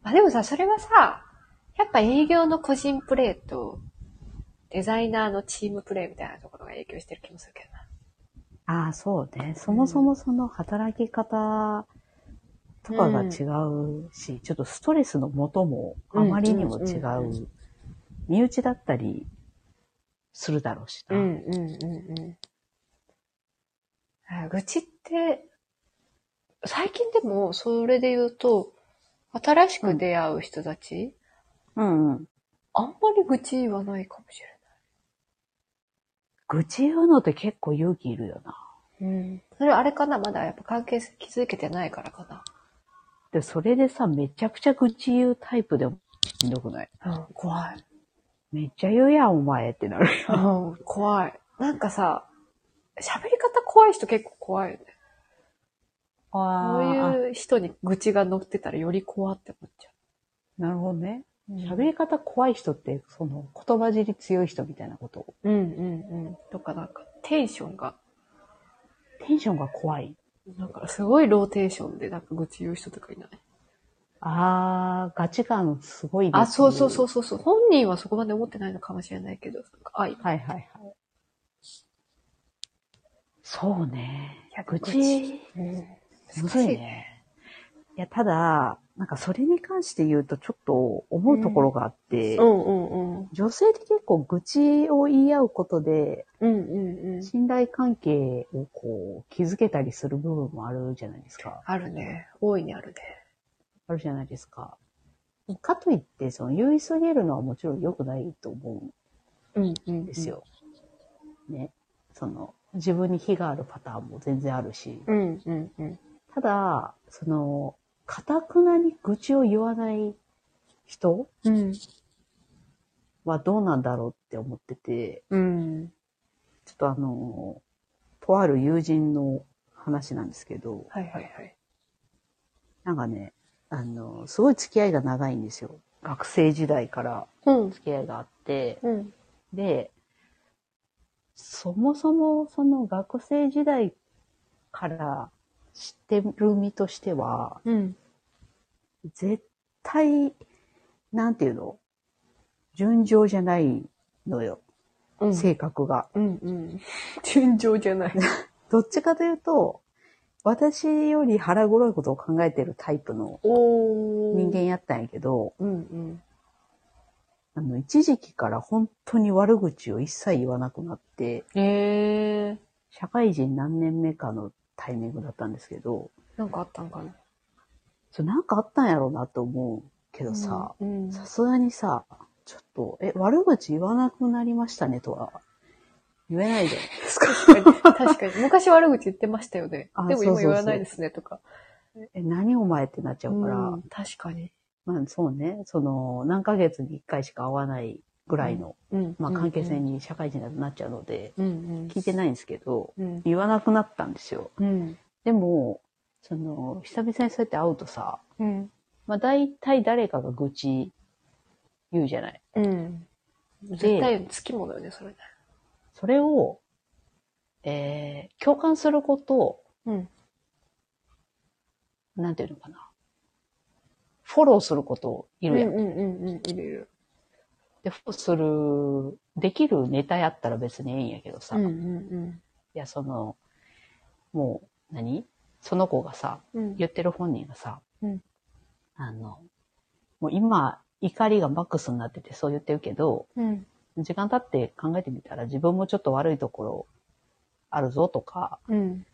Speaker 1: まあでもさ、それはさ、やっぱ営業の個人プレーと、デザイナーのチームプレーみたいなところが影響してる気もするけどな。
Speaker 2: ああ、そうね。そもそもその働き方とかが違うし、ちょっとストレスの元もあまりにも違
Speaker 1: うんうんうんう
Speaker 2: う。身内だったりするだろうしな。
Speaker 1: うんうんうん。あ愚痴って、最近でも、それで言うと、新しく出会う人たち、
Speaker 2: うんうん。
Speaker 1: あんまり愚痴言わないかもし
Speaker 2: 愚痴言うのって結構勇気いるよな。
Speaker 1: れない。うん。それあれかなまだやっぱ関係性築けてないからかな。
Speaker 2: で、それでさ、めちゃくちゃ愚痴言うタイプでもしんどくない
Speaker 1: うん、怖い。
Speaker 2: めっちゃ言うやん、お前ってなる。
Speaker 1: うん、怖い。なんかさ、喋り方怖い人結構怖いよね。こう
Speaker 2: あ
Speaker 1: いう人に愚痴が乗ってたらより怖って思っちゃ
Speaker 2: あ、なるほどね。
Speaker 1: う。
Speaker 2: 喋り方怖い人って、その、言葉尻強い人みたいなこと。
Speaker 1: うんうんうん。とかなんか、テンションが、
Speaker 2: テンションが怖い。
Speaker 1: なんかすごいローテーションでなんか愚痴言う人とかいない。
Speaker 2: ああ、ガチ感すごいです、。
Speaker 1: あ、そうそうそううそうそう。本人はそこまで思ってないのかもしれないけど、なんかあ、い
Speaker 2: はいはいはい。そうね。
Speaker 1: や
Speaker 2: 愚痴、
Speaker 1: うん、
Speaker 2: む
Speaker 1: 難
Speaker 2: ず
Speaker 1: し
Speaker 2: い
Speaker 1: い。
Speaker 2: ね。いや、ただ、なんかそれに関して言うとちょっと思うところがあって、
Speaker 1: うんうんうん。
Speaker 2: 女性って結構愚痴を言い合うことで、
Speaker 1: うんうんうん。
Speaker 2: 信頼関係をこう、築けたりする部分もあるじゃないですか。
Speaker 1: あるね。大いにあるね。
Speaker 2: あるじゃないですか。かといって、その、言いすぎるのはもちろん良くないと思
Speaker 1: うんうん
Speaker 2: うんです。よ。ね。その、自分に非があるパターンも全然あるし。
Speaker 1: うんうんうん。
Speaker 2: ただ、その、かたくなに愚痴を言わない人
Speaker 1: うん。
Speaker 2: はどうなんだろうって思ってて、
Speaker 1: うん。
Speaker 2: ちょっとあの、とある友人の話なんですけど、
Speaker 1: はいはいはい。
Speaker 2: なんかね、あの、すごい付き合いが長いんですよ。学生時代から
Speaker 1: うん。
Speaker 2: 付き合いがあって、
Speaker 1: うん。
Speaker 2: で、そもそもその学生時代から知ってる身としては、
Speaker 1: うん。
Speaker 2: 絶対、なんていうの順調じゃないのよ、
Speaker 1: うん。
Speaker 2: 性格が。
Speaker 1: うんうん。尋常じゃない。
Speaker 2: どっちかというと、私より腹黒いことを考えてるタイプの
Speaker 1: お
Speaker 2: 人間。やったんやけど、
Speaker 1: うんうん。
Speaker 2: あの、一時期から本当に悪口を一切言わなくなって、
Speaker 1: ええ。
Speaker 2: 社会人何年目かのタイミングだったんですけど、
Speaker 1: なんかあったんかな。
Speaker 2: それなんかあったんやろうなと思うけどさ、
Speaker 1: うん。
Speaker 2: さすがにさ、ちょっと、え、悪口言わなくなりましたねとは、言えないじゃないですか。
Speaker 1: 確かに。昔悪口言ってましたよね
Speaker 2: あ。
Speaker 1: でも
Speaker 2: そうそ
Speaker 1: 今
Speaker 2: うそう
Speaker 1: 言わないですね、とか。
Speaker 2: え、何お前ってなっちゃうから、
Speaker 1: うん確かに。
Speaker 2: まあそうね、その、何ヶ月に一回しか会わないぐらいの、
Speaker 1: うん。
Speaker 2: まあ関係性
Speaker 1: に。
Speaker 2: に社会人だとなっちゃうので、
Speaker 1: うん
Speaker 2: 聞いてないんですけど、
Speaker 1: うん。うん。
Speaker 2: 言わなくなったんですよ。
Speaker 1: うん。
Speaker 2: でも、その、久々にそうやって会うとさ、
Speaker 1: うん。
Speaker 2: まあ大体誰かが愚痴言うじゃない。
Speaker 1: うん。絶対つきものよね、それね。
Speaker 2: それを、えー、共感すること、
Speaker 1: うん。
Speaker 2: なんていうのかな。フォローすることいるやん。
Speaker 1: うんうんうん、いるいる。
Speaker 2: で、フォローする、できるネタやったら別にええんやけどさ、
Speaker 1: うんう
Speaker 2: い
Speaker 1: ん
Speaker 2: や、その、もう、何その子がさ、
Speaker 1: うん。
Speaker 2: 言ってる本人がさ、
Speaker 1: うん
Speaker 2: あの、もう今、怒りがマックスになっててそう言ってるけど、
Speaker 1: うん。
Speaker 2: 時間経って考えてみたら自分もちょっと悪いところあるぞとか、
Speaker 1: うん。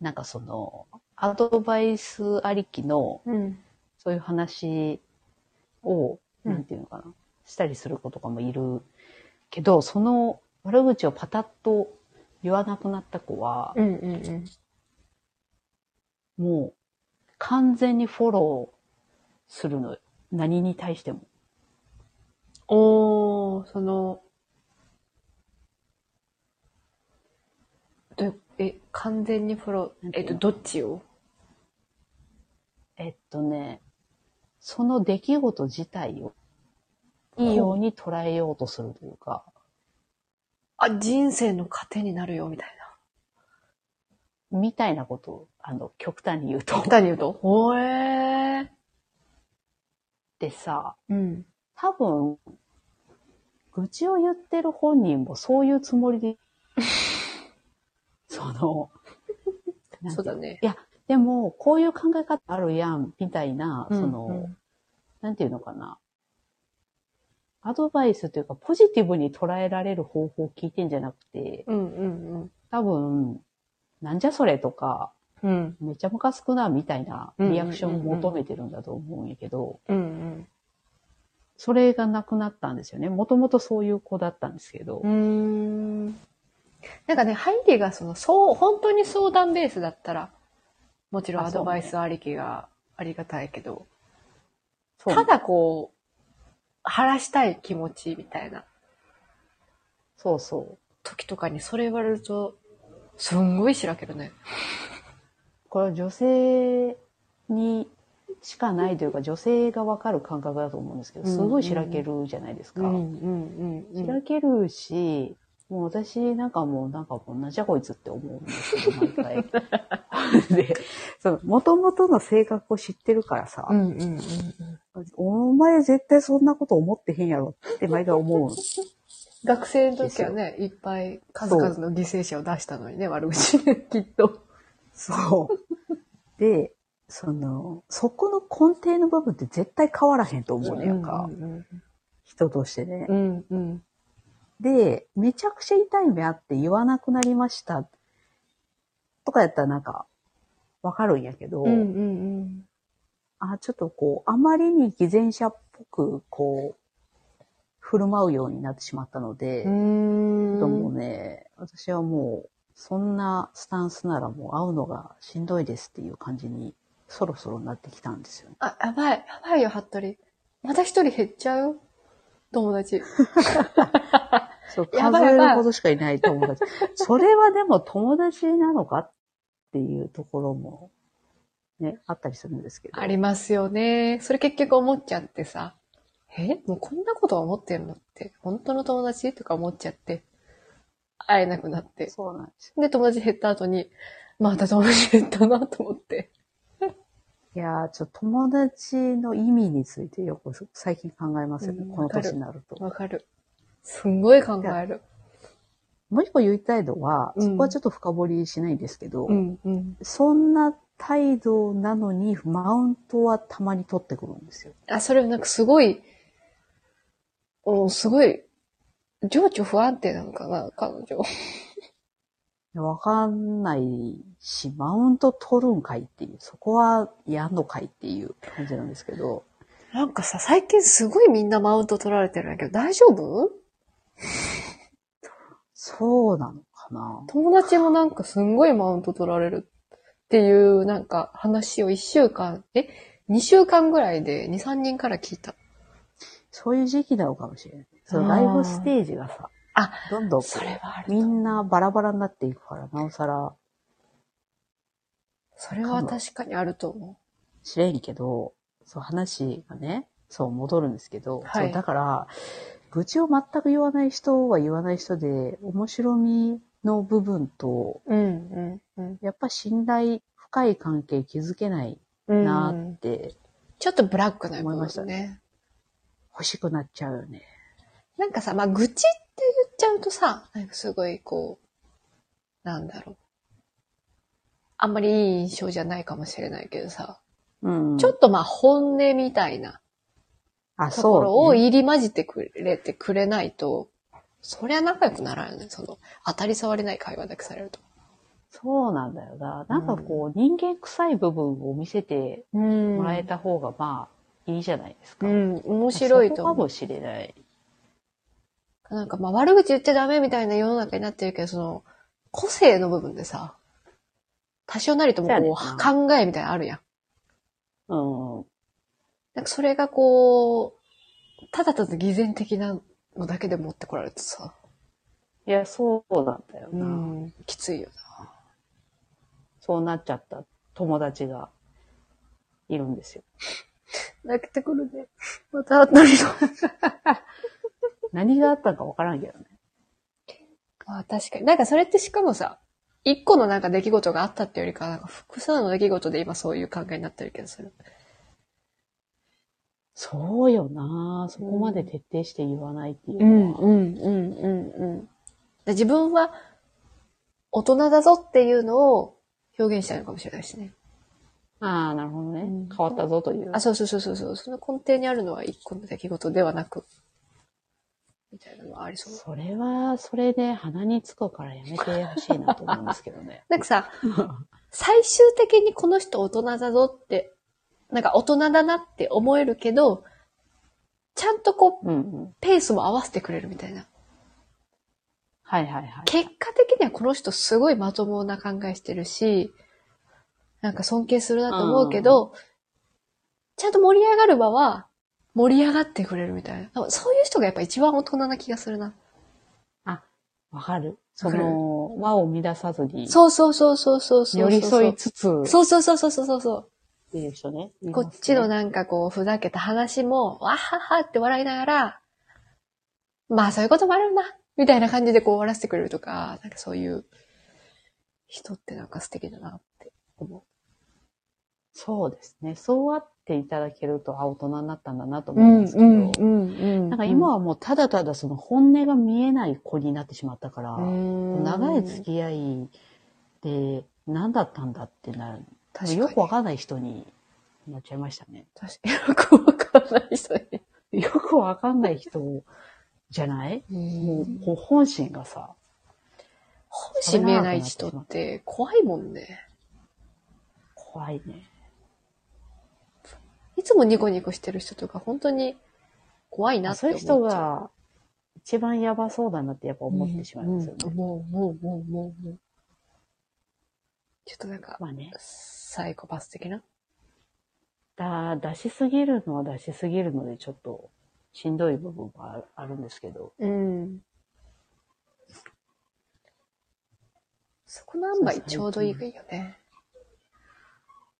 Speaker 2: なんかその、アドバイスありきの、
Speaker 1: うん。
Speaker 2: そういう話を、
Speaker 1: うん
Speaker 2: なんていうのかな、したりする子とかもいるけど、その悪口をパタッと言わなくなった子は、
Speaker 1: うんうんうん。
Speaker 2: もう、完全にフォローするのよ。何に対しても。
Speaker 1: おー、その、どえ、完全にフロ
Speaker 2: なん、てい
Speaker 1: え
Speaker 2: う
Speaker 1: っ
Speaker 2: の
Speaker 1: と、どっちを
Speaker 2: えっとね、その出来事自体を、いいように捉えようとするというか、
Speaker 1: あ、人生の糧になるよ、みたいな。
Speaker 2: みたいなことを、あの、極端に言うと。
Speaker 1: 極端に言うと。ほえー。
Speaker 2: でさ、
Speaker 1: うん。
Speaker 2: 多分、愚痴を言ってる本人もそういうつも りで、その、なん
Speaker 1: そ
Speaker 2: ていううの
Speaker 1: だね。
Speaker 2: でも、こういう考え方あるやん、みたいな、その、
Speaker 1: うんうん
Speaker 2: なんていうのかな。アドバイスというか、ポジティブに捉えられる方法を聞いてんじゃなくて、
Speaker 1: うんうん
Speaker 2: 多分、なんじゃそれとか、
Speaker 1: うん。うん。
Speaker 2: めちゃムカつくな、みたいなリアクションを
Speaker 1: うんうんうんうん
Speaker 2: 求めてるんだと思うんやけど、
Speaker 1: うんうん。
Speaker 2: それがなくなったんですよね。もともとそういう子だったんですけど
Speaker 1: うー、んなんかね、ハイデがその、そう、本当に相談ベースだったら、もちろん
Speaker 2: あ
Speaker 1: ア
Speaker 2: そ
Speaker 1: ド
Speaker 2: うね
Speaker 1: バイスありきがありがたいけど、
Speaker 2: そう
Speaker 1: ただこう、晴らしたい気持ちみたいな
Speaker 2: そうそう。
Speaker 1: 時とかにそれ言われると、すんごいしらけるね。
Speaker 2: これは女性にしかないというか、女性がわかる感覚だと思うんですけど、すごいしらけるじゃないですか。
Speaker 1: ん
Speaker 2: しらけるし、もう私なんかもうなんかもうなんじゃこいつって思うんですよ、毎 回。で、その、元々の性格を知ってるからさ、
Speaker 1: うんうんうん。
Speaker 2: お前絶対そんなこと思ってへんやろって毎回思うんです
Speaker 1: 学生の時はね、いっぱい数々の犠牲者を出したのにね、悪口ね、きっと。
Speaker 2: そう。で、その、そこの根底の部分って絶対変わらへんと思うねやんか。
Speaker 1: うん
Speaker 2: 人としてね
Speaker 1: う。んうん。
Speaker 2: で、めちゃくちゃ痛い目あって言わなくなりました。とかやったらなんか、わかるんやけど、
Speaker 1: うんうんうん。
Speaker 2: あ、ちょっとこう、あまりに偽善者っぽく、こう、振る舞うようになってしまったので、
Speaker 1: うーん。
Speaker 2: ちょっともうね、私はもう、そんなスタンスならもう会うのがしんどいですっていう感じに、そろそろなってきたんですよね。
Speaker 1: あ、やばい。やばいよ、服部。また一人減っちゃうよ。友達。
Speaker 2: そう、
Speaker 1: や
Speaker 2: 数
Speaker 1: ばいや
Speaker 2: え
Speaker 1: ばい
Speaker 2: るほどしかいない 友達。それはでも友達なのかっていうところも、ね、あったりするんですけど。
Speaker 1: ありますよね。それ結局思っちゃってさ。えもうこんなこと思ってんのって。本当の友達とか思っちゃって。会えなくなって。
Speaker 2: そうなんですよ。
Speaker 1: で、友達減った後に、また友達減ったなと思って。
Speaker 2: いやー、ちょっと友達の意味についてよく最近考えますよね。
Speaker 1: うん
Speaker 2: この
Speaker 1: わかる
Speaker 2: 年になると。
Speaker 1: わかる。すんごい考える。
Speaker 2: もう一個言いたいのは、
Speaker 1: うん
Speaker 2: そこはちょっと深掘りしないんですけど、
Speaker 1: うんうん。
Speaker 2: そんな態度なのに、マウントはたまに取ってくるんですよ。
Speaker 1: あ、それなんかすごい、おすごい、情緒不安定なのかな、彼女。
Speaker 2: わかんないし、マウント取るんかいっていう、そこはやんのかいっていう感じなんですけど、
Speaker 1: なんかさ、最近すごいみんなマウント取られてるんだけど、大丈夫
Speaker 2: そうなのかな
Speaker 1: 友達もなんかすんごいマウント取られるっていうなんか話を一週間、え ?2 週間ぐらいで2、3人から聞いた。
Speaker 2: そういう時期なのかもしれない。その
Speaker 1: あ
Speaker 2: ラ
Speaker 1: ー
Speaker 2: イブステージがさ、
Speaker 1: あ
Speaker 2: どんどんこう
Speaker 1: それはある
Speaker 2: み
Speaker 1: と。
Speaker 2: んなバラバラになっていくから、なおさら
Speaker 1: それは確かにあると思
Speaker 2: 知れんけど、そう話がね、そう戻るんですけど、
Speaker 1: はい
Speaker 2: そうだから、愚痴を全く言わない人は言わない人で、面白みの部分と、
Speaker 1: う。うん、うん、
Speaker 2: やっぱ信頼深い関係築けない
Speaker 1: うん。
Speaker 2: な
Speaker 1: う
Speaker 2: ーっ
Speaker 1: ん
Speaker 2: て、
Speaker 1: ちょっとブラックな
Speaker 2: 思いました
Speaker 1: ね。
Speaker 2: 欲しくなっちゃうよね。
Speaker 1: なんかさ、まあ、愚痴って言っちゃうとさ、なんかすごいこう、なんだろう。あんまりいい印象じゃないかもしれないけどさ、
Speaker 2: うん
Speaker 1: ちょっとまあ、本音みたいな。
Speaker 2: あ、
Speaker 1: ところ
Speaker 2: そ
Speaker 1: を
Speaker 2: う、ね。
Speaker 1: 入り混じってくれてくれないと、そりゃ仲良くならないよね。その、当たり障りない会話だけされると。
Speaker 2: そうなんだよな。なんかこう、人間臭い部分を見せて
Speaker 1: うん
Speaker 2: もらえた方が、まあ、いいじゃないですか。
Speaker 1: う
Speaker 2: 面
Speaker 1: ん、面白いと
Speaker 2: か
Speaker 1: 思
Speaker 2: もしれない。
Speaker 1: う。なんかまあ悪口言っちゃダメみたいな世の中になってるけど、その、個性の部分でさ、多少なりともこ
Speaker 2: そう
Speaker 1: う、
Speaker 2: や
Speaker 1: 考えみたいなのあるやん。
Speaker 2: うん。
Speaker 1: なんかそれがこう、ただただ偽善的なのだけで持ってこられてさ、
Speaker 2: いや、そうなんだよ
Speaker 1: う
Speaker 2: な。
Speaker 1: ん、きついよ
Speaker 2: そうなっちゃった友達がいるんですよ。
Speaker 1: な。泣けてくるね。また涙が
Speaker 2: 何があったのかわからんけどね。
Speaker 1: あ確かに。なんかそれってしかもさ、一個のなんか出来事があったっていうよりか、なんか複数の出来事で今そういう考えになってる気がする。
Speaker 2: そうよなそこまで徹底して言わないっていうのは。
Speaker 1: ん、うん、うん、うん。自分は大人だぞっていうのを表現したいのかもしれないしね。
Speaker 2: ああ、なるほどね
Speaker 1: うん。
Speaker 2: 変わったぞという。
Speaker 1: あ、そうそうそうそうそう。その根底にあるのは一個の出来事ではなく、みたいなのはありそう。。
Speaker 2: それは、それで鼻につくからやめてほしいなと思うんですけどね
Speaker 1: なんか さ、最終的にこの人大人だぞって、なんか大人だなって思えるけど、ちゃんとこう、
Speaker 2: うんうん。
Speaker 1: ペースも合わせてくれるみたいな。
Speaker 2: はいはいはい。
Speaker 1: 結果的にはこの人すごいまともな考えしてるし、なんか尊敬するなと思うけど、ちゃんと盛り上がる場は盛り上がってくれるみたいな。そういう人がやっぱ一番大人な気がするな。
Speaker 2: わかる。
Speaker 1: わ
Speaker 2: そ
Speaker 1: かる
Speaker 2: の、輪を乱さずに、
Speaker 1: そうそうそうそうそうそうそう。
Speaker 2: 寄り添いつつ、
Speaker 1: そうそうそうそうそうそうそ
Speaker 2: っていう人ね。
Speaker 1: う。こっちの
Speaker 2: ね。
Speaker 1: なんかこう、ふざけた話も、わははって笑いながら、まあそういうこともあるんだみたいな感じでこう終わらせてくれるとか、なんかそういう人ってなんか素敵だなって思う。
Speaker 2: そうですね。そうあっていただけると、あ、大人になったんだなと
Speaker 1: う
Speaker 2: 思うん
Speaker 1: ん
Speaker 2: ですけど。
Speaker 1: うんうんうん。
Speaker 2: なんか今はもうただただその本音が見えない子になってしまったから、
Speaker 1: うん、
Speaker 2: 長い付き合いで何だったんだってなる多分よくわかんない人になっちゃいましたね。
Speaker 1: 確かに。よくわかんない人ね。
Speaker 2: よくわかんない人じゃないもう、こう本心がさ、
Speaker 1: 本心見えない人って怖いもんね。
Speaker 2: 怖いね。
Speaker 1: いつもニコニコしてる人とか本当に怖いなって
Speaker 2: そう
Speaker 1: 思
Speaker 2: い
Speaker 1: っ
Speaker 2: う
Speaker 1: ちゃう。
Speaker 2: 人が一番やばそうだなってやっぱ思ってしまいますよね。
Speaker 1: うんうんもう、もう、もう、もう、もう。ちょっとなんか、
Speaker 2: まあね、
Speaker 1: サイコパス的な
Speaker 2: だ、出しすぎるのは出しすぎるのでちょっとしんどい部分があるあるんですけど。
Speaker 1: うん。そこの塩梅ちょうどいいがいいよね。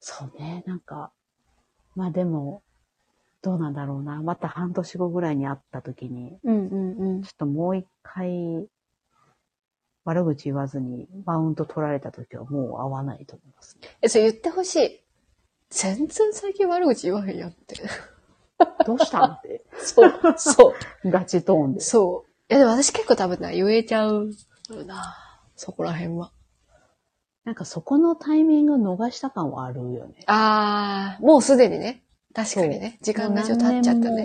Speaker 2: そうね、なんか、まあでも、どうなんだろうな。また半年後ぐらいに会った時に、
Speaker 1: うんうんうん
Speaker 2: ちょ。っともう一回、悪口言わずにマウント取られた時はもう会わないと思います、ね。
Speaker 1: え、それ言ってほしい。全然最近悪口言わへんやんって。
Speaker 2: どうした んって、
Speaker 1: そう、そう、
Speaker 2: ガチトーンで。
Speaker 1: そう。え、でも私結構多分な、言えちゃうよな。そこら辺は。
Speaker 2: なんかそこのタイミング逃した感はあるよね。
Speaker 1: あー、もうすでにね。確かにね。時間がちょっと経っちゃった
Speaker 2: もう何年
Speaker 1: ね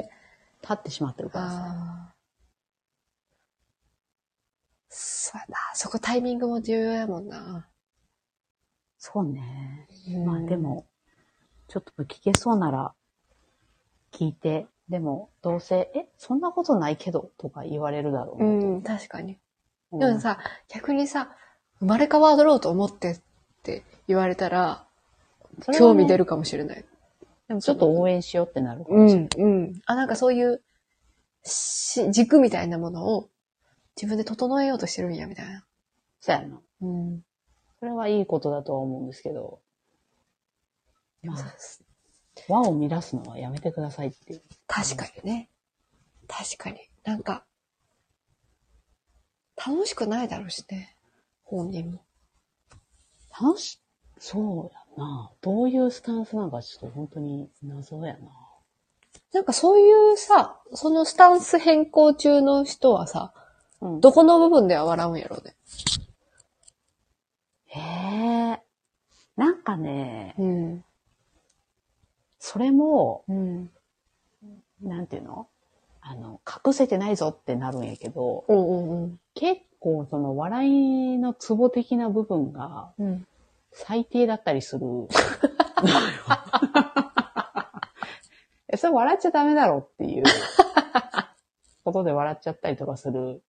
Speaker 2: も。経ってしまってるからさ。
Speaker 1: ああ。そうやな。そこタイミングも重要やもんな。
Speaker 2: そうね。
Speaker 1: うん
Speaker 2: まあで。も、ちょっと聞けそうなら聞いて、でもどうせ、え、そんなことないけどとか言われるだろう
Speaker 1: う
Speaker 2: な。
Speaker 1: ん、確かに。
Speaker 2: うん
Speaker 1: でもさ、逆にさ、生まれ変わろうと思ってって言われたら、
Speaker 2: それは
Speaker 1: 興
Speaker 2: ね
Speaker 1: 味出るかもしれない。
Speaker 2: でもちょっと応援しようってなるか
Speaker 1: う
Speaker 2: もしれない。
Speaker 1: ん、うん。あ、なんかそういう、し、軸みたいなものを自分で整えようとしてるんや、みたいな。
Speaker 2: そうやな。
Speaker 1: うん。
Speaker 2: それはいいことだとは思うんですけど、まあ、
Speaker 1: 確
Speaker 2: 輪を乱すのはやめてくださいっていう。
Speaker 1: かにね。確かに。なんか、楽しくないだろうしね。本人も。
Speaker 2: 楽し、そうやな。どういうスタンスなんかちょっと本当に謎やな。
Speaker 1: なんかそういうさ、そのスタンス変更中の人はさ、
Speaker 2: うん
Speaker 1: どこの部分では笑うんやろうね。
Speaker 2: へえ。なんかね、
Speaker 1: うん。
Speaker 2: それも、
Speaker 1: うん。
Speaker 2: なんていうのあの、隠せてないぞってなるんやけど、
Speaker 1: おうん
Speaker 2: 結構その笑いのツボ的な部分が
Speaker 1: うんうん。
Speaker 2: 最低だったりする。え、それ笑っちゃダメだろっていうことで笑っちゃったりとかする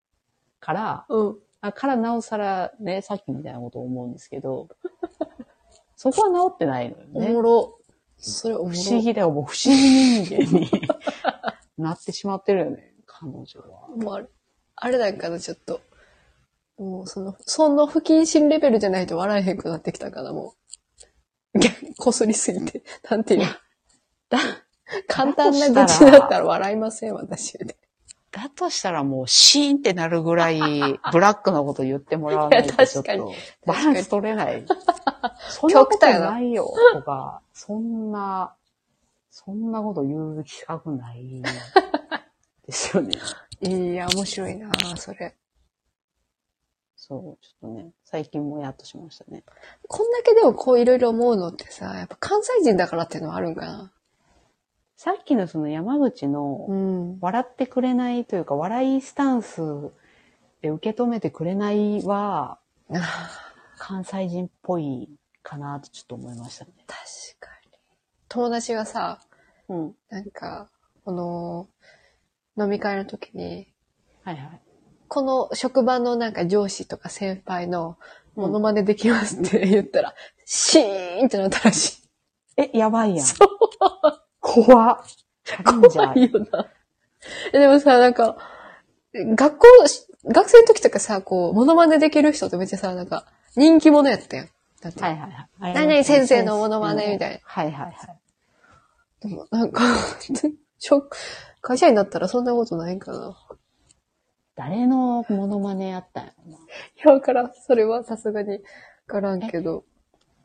Speaker 2: から、
Speaker 1: うん。
Speaker 2: あからなおさらね、さっきみたいなことを思うんですけど、そこは治ってないの
Speaker 1: お
Speaker 2: よね。
Speaker 1: もろ。それおもろ。
Speaker 2: 不思。議だよ、もう不思議人間に なってしまってるよね、彼女は。
Speaker 1: もうあれ、あれなんかな、ちょっと。もうその、その不謹慎レベルじゃないと笑えへんくなってきたから、もう。逆こすりすぎて。なんていうの。だ簡単な愚
Speaker 2: だと
Speaker 1: 痴
Speaker 2: したら
Speaker 1: だったら笑いません、私。
Speaker 2: だとしたらもうシーンってなるぐ らい、ブラックなこと言ってもらわない
Speaker 1: い
Speaker 2: と
Speaker 1: や
Speaker 2: ちょっ
Speaker 1: 確かに
Speaker 2: と、バランス取れない。そんなこ
Speaker 1: 極
Speaker 2: と
Speaker 1: 端やな
Speaker 2: ないよ、とか、そんな、そんなこと言う資格ない。ですよね。
Speaker 1: いや、面白いなそれ。
Speaker 2: そう、ちょっとね、最近もやっとしましたね。
Speaker 1: こんだけでもこういろいろ思うのってさ、やっぱ関西人だからっていうのはあるんかな。
Speaker 2: さっきのその山口の、
Speaker 1: ん。
Speaker 2: 笑ってくれないというか、笑いスタンスで受け止めてくれない は、
Speaker 1: 確
Speaker 2: 関西人っぽいかなとちょっと思いましたね。
Speaker 1: かに。友達がさ、
Speaker 2: うん。
Speaker 1: なんか、この、飲み会の時に、
Speaker 2: はいはい。
Speaker 1: この職場のなんか上司とか先輩の
Speaker 2: うん
Speaker 1: モノマネできますって言ったら、シーンってなったらしい。
Speaker 2: え、やばいやん。怖っ。チャレンジ
Speaker 1: 怖
Speaker 2: ャー
Speaker 1: い。よな。えでもさ、なんか、学校、し学生の時とかさ、こう、モノマネできる人ってめっちゃさ、なんか、人気者やったやん。だって、
Speaker 2: はいはいはい。
Speaker 1: 何々先生のモノマネみたいな
Speaker 2: はいはいはい。
Speaker 1: でも、なんか 職、会社員だったらそんなことないんかな。
Speaker 2: 誰のモノマネやったんやろない
Speaker 1: や、わからん。それはさすがに、わからんけど。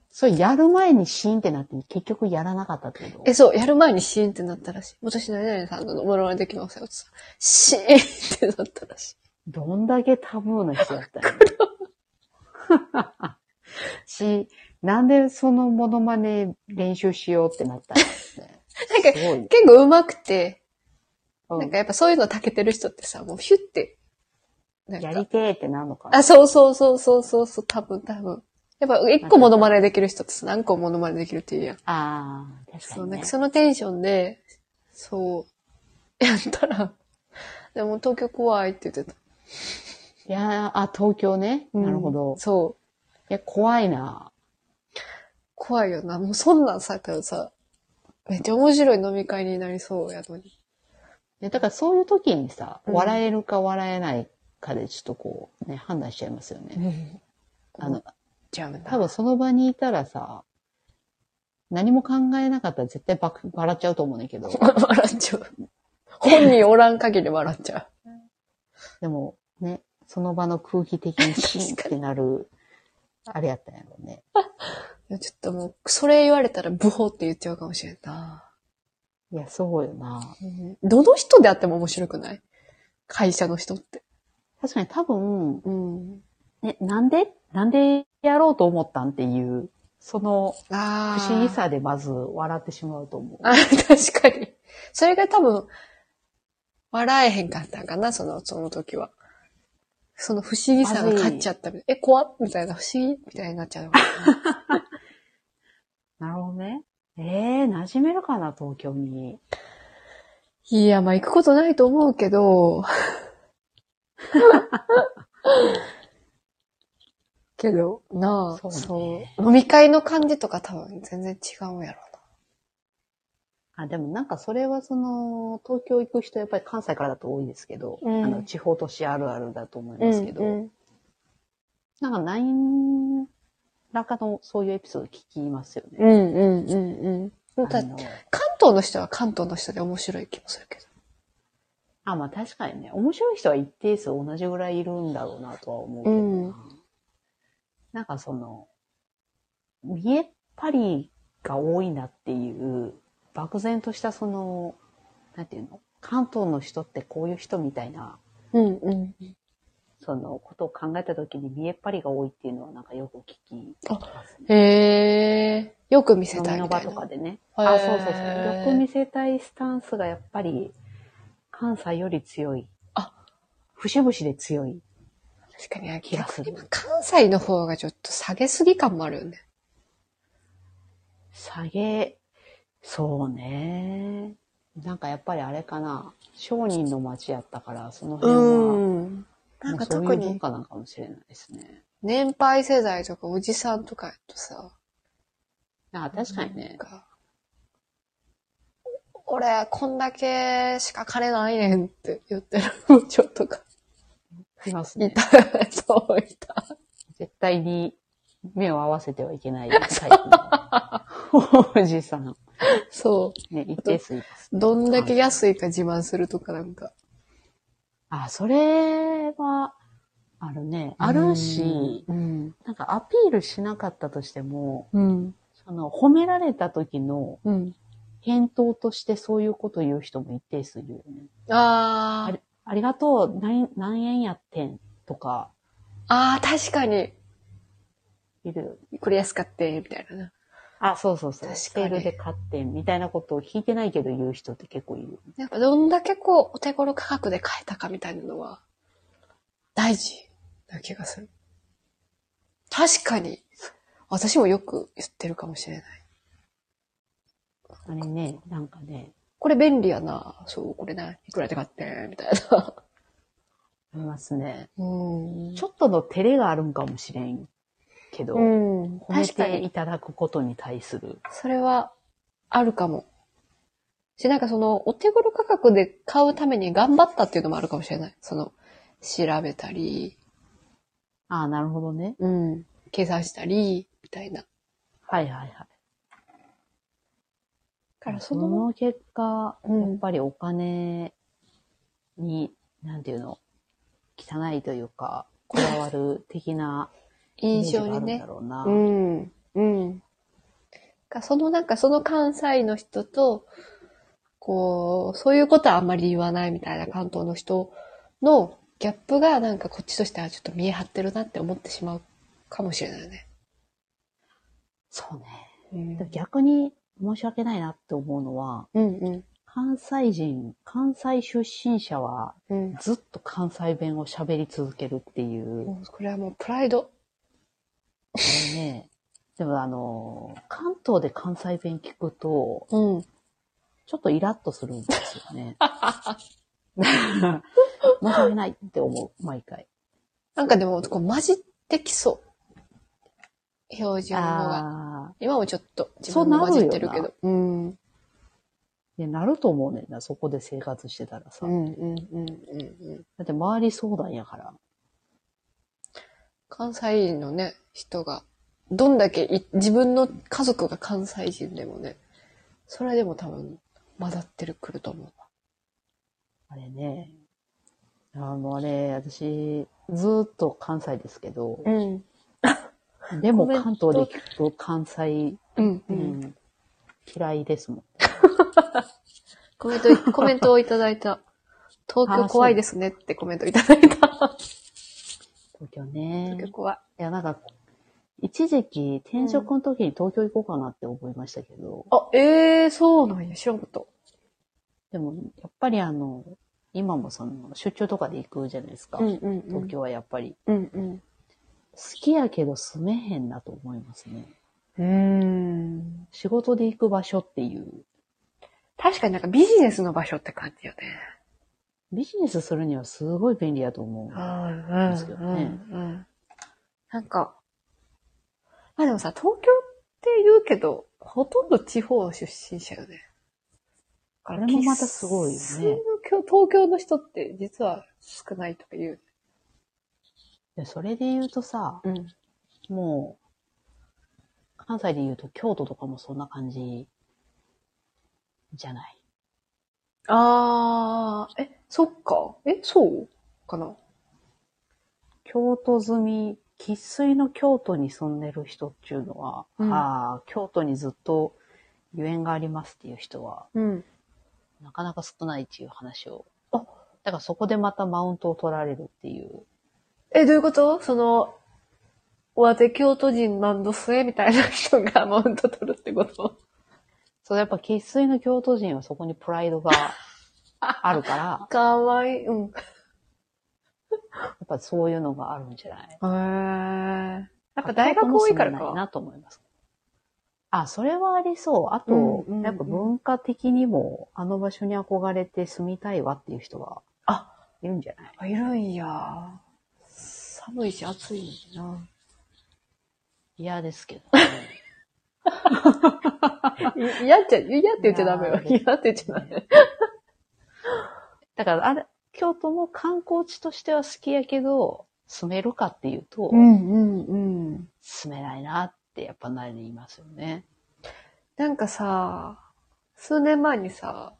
Speaker 2: それやる前にシーンってなって、結局やらなかったってこと
Speaker 1: え、そう、やる前にシーンってなったらしい。私何々さんのモノマネできますよ。つったらシーンってなったらしい。
Speaker 2: どんだけタブーな人やったんやろし、なんでそのモノマネ練習しようってなったんですね。
Speaker 1: なんか
Speaker 2: すごいね。
Speaker 1: 結構上手くて、
Speaker 2: うん
Speaker 1: なんかやっぱそういうの長けてる人ってさ、もうヒュって、なん
Speaker 2: や
Speaker 1: か
Speaker 2: り、てーってなるのかな
Speaker 1: あ、そうそうそうそうそうそう、多分多分。やっぱ一個モノマネできる人ってさ、何個モノマネできるっていうやん。
Speaker 2: ああ、確か
Speaker 1: そう、
Speaker 2: に、
Speaker 1: なん
Speaker 2: ね
Speaker 1: か。そのテンションで、そう、やったら、でも東京怖いって言ってた。
Speaker 2: いやーあ、東京ね。
Speaker 1: うん
Speaker 2: なるほど。い
Speaker 1: そう。
Speaker 2: や、怖いな。
Speaker 1: 怖いよな。もうそんなんされたらさ、めっちゃ面白い飲み会になりそうやのに。
Speaker 2: でだからそういう時にさ、
Speaker 1: うん
Speaker 2: 笑えるか笑えないかでちょっとこう、ね、判断しちゃいますよね。あの、
Speaker 1: じゃあ、多
Speaker 2: 多
Speaker 1: 分。。
Speaker 2: 分その場にいたらさ、何も考えなかったら絶対ばく笑っちゃうと思うねんだけど
Speaker 1: 笑っちゃう。本人おらん限り笑っちゃ
Speaker 2: でもね、その場の空気的にシーンってなる、あれやったんやろうね。
Speaker 1: ういや。ちょっともう、それ言われたらブホって言っちゃうかもしれんな。
Speaker 2: いや、そうよな。
Speaker 1: どの人であっても面白くない会社の人って。
Speaker 2: 確かに多分、
Speaker 1: うん。
Speaker 2: ね、なんでなんでやろうと思ったんっていう、その不
Speaker 1: ああ。
Speaker 2: 思議。さでまず笑ってしまうと思う。
Speaker 1: あ、確かに。それが多分、笑えへんかったんかな、その、その時は。その不思議さが勝っちゃったみたい。え、怖っみたいな、不思議みたいになっちゃうのかな。
Speaker 2: なるほどね。ええー、馴染めるかな、東京に。
Speaker 1: いや、まあ、行くことないと思うけ ど。けど、なあ、
Speaker 2: そうね
Speaker 1: そう。飲み会の感じとか多分全然違うんやろ
Speaker 2: あ、でもなんかそれはその、東京行く人やっぱり関西からだと多いですけど、
Speaker 1: うん
Speaker 2: あの、地方都市あるあるだと思いう
Speaker 1: な。
Speaker 2: ますけど、なんか何らかのそういうエピソード聞きますよね。
Speaker 1: うん、うん、うん、うん。
Speaker 2: あ
Speaker 1: だ
Speaker 2: の
Speaker 1: 関東の人は関東の人で面白い気もするけど。
Speaker 2: あ、まあ確かにね、面白い人は一定数同じぐらいいるんだろうなとは思うけどな。
Speaker 1: うん
Speaker 2: なんかその、見えっ張りが多いなっていう、漠然としたその、なんていうの関東の人ってこういう人みたいな、
Speaker 1: うん、うん。
Speaker 2: そのことを考えた時に見えっ張りが多いっていうのはなんかよく聞きますね。
Speaker 1: へえ、よく見せ
Speaker 2: 飲
Speaker 1: た
Speaker 2: み
Speaker 1: い
Speaker 2: の
Speaker 1: みた
Speaker 2: 場
Speaker 1: い
Speaker 2: とか
Speaker 1: な。
Speaker 2: でね。
Speaker 1: へー
Speaker 2: あ、そうそうそう。よく見せたいスタンスがやっぱり、関西より強い。
Speaker 1: あ、
Speaker 2: 節々で強い。
Speaker 1: 確かに、
Speaker 2: 気がす
Speaker 1: 逆
Speaker 2: る
Speaker 1: に関西の方がちょっと下げすぎ感もあるよね。
Speaker 2: 下げ、そうね。なんかやっぱりあれかな。商人の街やったから、その辺は、
Speaker 1: うん。な
Speaker 2: なんん
Speaker 1: か
Speaker 2: かそう
Speaker 1: 特
Speaker 2: いう文
Speaker 1: に、
Speaker 2: 化なんかもしれないですね。
Speaker 1: 年配世代とかおじさんとかやとさ、
Speaker 2: あ確かに
Speaker 1: なん
Speaker 2: ね。
Speaker 1: か俺、こんだけしか金ないねんって言ってる部長とか、
Speaker 2: います
Speaker 1: い
Speaker 2: ね。
Speaker 1: た、 そういた。
Speaker 2: 絶対に目を合わせてはいけないタイプのおじさん。
Speaker 1: そ
Speaker 2: ね、一定数います。
Speaker 1: う。どんだけ安いか自慢するとかなんか。
Speaker 2: あ、それは、あるね。あるし、
Speaker 1: うん。
Speaker 2: なんかアピールしなかったとしても、
Speaker 1: うん。
Speaker 2: その褒められた時の
Speaker 1: うん。
Speaker 2: 返答としてそういうこと言う人も一定数いるよね。
Speaker 1: あ
Speaker 2: あ
Speaker 1: ー
Speaker 2: れありがとう、何、何円やってんとか、
Speaker 1: あー、確かに。
Speaker 2: いるよね。
Speaker 1: これ安かって、みたいなな。
Speaker 2: あ、そうそうそ
Speaker 1: 確
Speaker 2: う。
Speaker 1: かに
Speaker 2: セールで買ってんみたいなことを聞いてないけど言う人って結構いるよね。
Speaker 1: やっぱどんだけこう、お手頃価格で買えたかみたいなのは、大事な気がする。確かに、私もよく言ってるかもしれない。
Speaker 2: あれね、なんかね、
Speaker 1: これ便利やな。そう、これな、いくらで買ってんみたい な。
Speaker 2: ありますね。
Speaker 1: うん
Speaker 2: ちょっとの照れがあるんかもしれんけど、
Speaker 1: うん。
Speaker 2: 褒め
Speaker 1: 確か
Speaker 2: て
Speaker 1: に、
Speaker 2: いただくことに対する。
Speaker 1: それは、あるかも。し、なんかその、お手頃価格で買うために頑張ったっていうのもあるかもしれない。その、調べたり、
Speaker 2: ああ、なるほどね。
Speaker 1: うん、計算したり、みたいな。だ
Speaker 2: はいはいはい。
Speaker 1: からそ
Speaker 2: そ
Speaker 1: の、
Speaker 2: の結果、
Speaker 1: うん
Speaker 2: やっぱりお金に、なんていうの、汚いというか、こだわる的なイメー
Speaker 1: 印
Speaker 2: ジ
Speaker 1: 象
Speaker 2: が
Speaker 1: に
Speaker 2: あるん
Speaker 1: ね。
Speaker 2: だろうな。
Speaker 1: うん。うん。かそのなんかその関西の人と、こう、そういうことはあんまり言わないみたいな関東の人のギャップがなんかこっちとしてはちょっと見え張ってるなって思ってしまうかもしれないね。
Speaker 2: そうね。
Speaker 1: うん
Speaker 2: でも逆に申し訳ないなって思うのは、
Speaker 1: うん
Speaker 2: 関西人、関西出身者は
Speaker 1: うん。
Speaker 2: ずっと関西弁を喋り続けるっていう。
Speaker 1: もうこれはもうプライド。
Speaker 2: あれね。でもあの、関東で関西弁聞くと、
Speaker 1: うん。
Speaker 2: ちょっとイラッとするんですよ ね。申し訳ないって思う、毎回。
Speaker 1: なんかでも、こう、混じってきそう。標準語が。
Speaker 2: ああ
Speaker 1: 今もちょっと自
Speaker 2: そう
Speaker 1: 分も
Speaker 2: なるよ
Speaker 1: 混
Speaker 2: な
Speaker 1: じってるけど。うん。うん
Speaker 2: ー。いや、なると思うねんな、そこで生活してたらさ。
Speaker 1: うんうんうんうん。
Speaker 2: だって周り相談やから。
Speaker 1: 関西人のね、人が、どんだけい自分の家族が関西人でもね、それでも多分混ざってるくると思う。
Speaker 2: あれね。あの、あれ、私、ずーっと関西ですけど、
Speaker 1: うん。
Speaker 2: でも
Speaker 1: コメン
Speaker 2: 関
Speaker 1: ト
Speaker 2: 東で聞くと関西、
Speaker 1: うん、
Speaker 2: う
Speaker 1: うん。
Speaker 2: ん、嫌いですもん。
Speaker 1: コメン ト、コメントをいただいた。東京怖いですねってコメントいただいた。
Speaker 2: 東京ね。
Speaker 1: 東京怖い。
Speaker 2: いや、なんか、一時期転職の時に東京行こうかなって思いましたけど、
Speaker 1: あ、ええー、そうなんや、知らんこと。
Speaker 2: でも、やっぱりあの、今もその、出張とかで行くじゃないですか。
Speaker 1: うんうん、うん。
Speaker 2: 東京はやっぱり。
Speaker 1: うんうん。
Speaker 2: 好きやけど住めへんなと思いますね。
Speaker 1: うーん。
Speaker 2: 仕事で行く場所っていう。
Speaker 1: 確かになんかビジネスの場所って感じよね。
Speaker 2: ビジネスするにはすごい便利やと思う。
Speaker 1: うん
Speaker 2: ですよね
Speaker 1: うん。なんか、まあでもさ、東京って言うけど、ほとんど地方出身者よね。こ
Speaker 2: れもまたすごいよね
Speaker 1: 東京東京の人って実は少ないとか言う。
Speaker 2: でそれで言うとさ、
Speaker 1: うん。
Speaker 2: もう、関西で言うと京都とかもそんな感じ、じゃない。
Speaker 1: あー、え、そっか。え、そうかな。
Speaker 2: 京都住み、喫水の京都に住んでる人っていうのは、
Speaker 1: うん
Speaker 2: ああ、京都にずっとゆえんがありますっていう人は、
Speaker 1: うん。
Speaker 2: なかなか少ないっていう話を。
Speaker 1: あ
Speaker 2: だからそこでまたマウントを取られるっていう。
Speaker 1: え、どういうことその、わて京都人なんどすえみたいな人がマウント取るってこと
Speaker 2: そう、やっぱ喫水の京都人はそこにプラ イドがあるから、
Speaker 1: かわいい。うん。
Speaker 2: やっぱそういうのがあるんじゃない
Speaker 1: へー。やっぱ大学多いから
Speaker 2: 京都も住んでない
Speaker 1: か。
Speaker 2: なと思います。あ、それはありそう。あと、
Speaker 1: うんうんうん
Speaker 2: やっぱ文化的にも、あの場所に憧れて住みたいわっていう人は、
Speaker 1: あ、
Speaker 2: いるんじゃない
Speaker 1: いるんや。寒いし暑いの
Speaker 2: 嫌ですけど、
Speaker 1: にな。嫌っちゃ、嫌って言っちゃダメよ。
Speaker 2: いやー
Speaker 1: 嫌って言っちゃダメ。
Speaker 2: だから、あれ、京都も観光地としては好きやけど、住めるかっていうと、
Speaker 1: んうんうん。
Speaker 2: 住めないなってやっぱなりますよね。
Speaker 1: なんかさ、数年前にさ、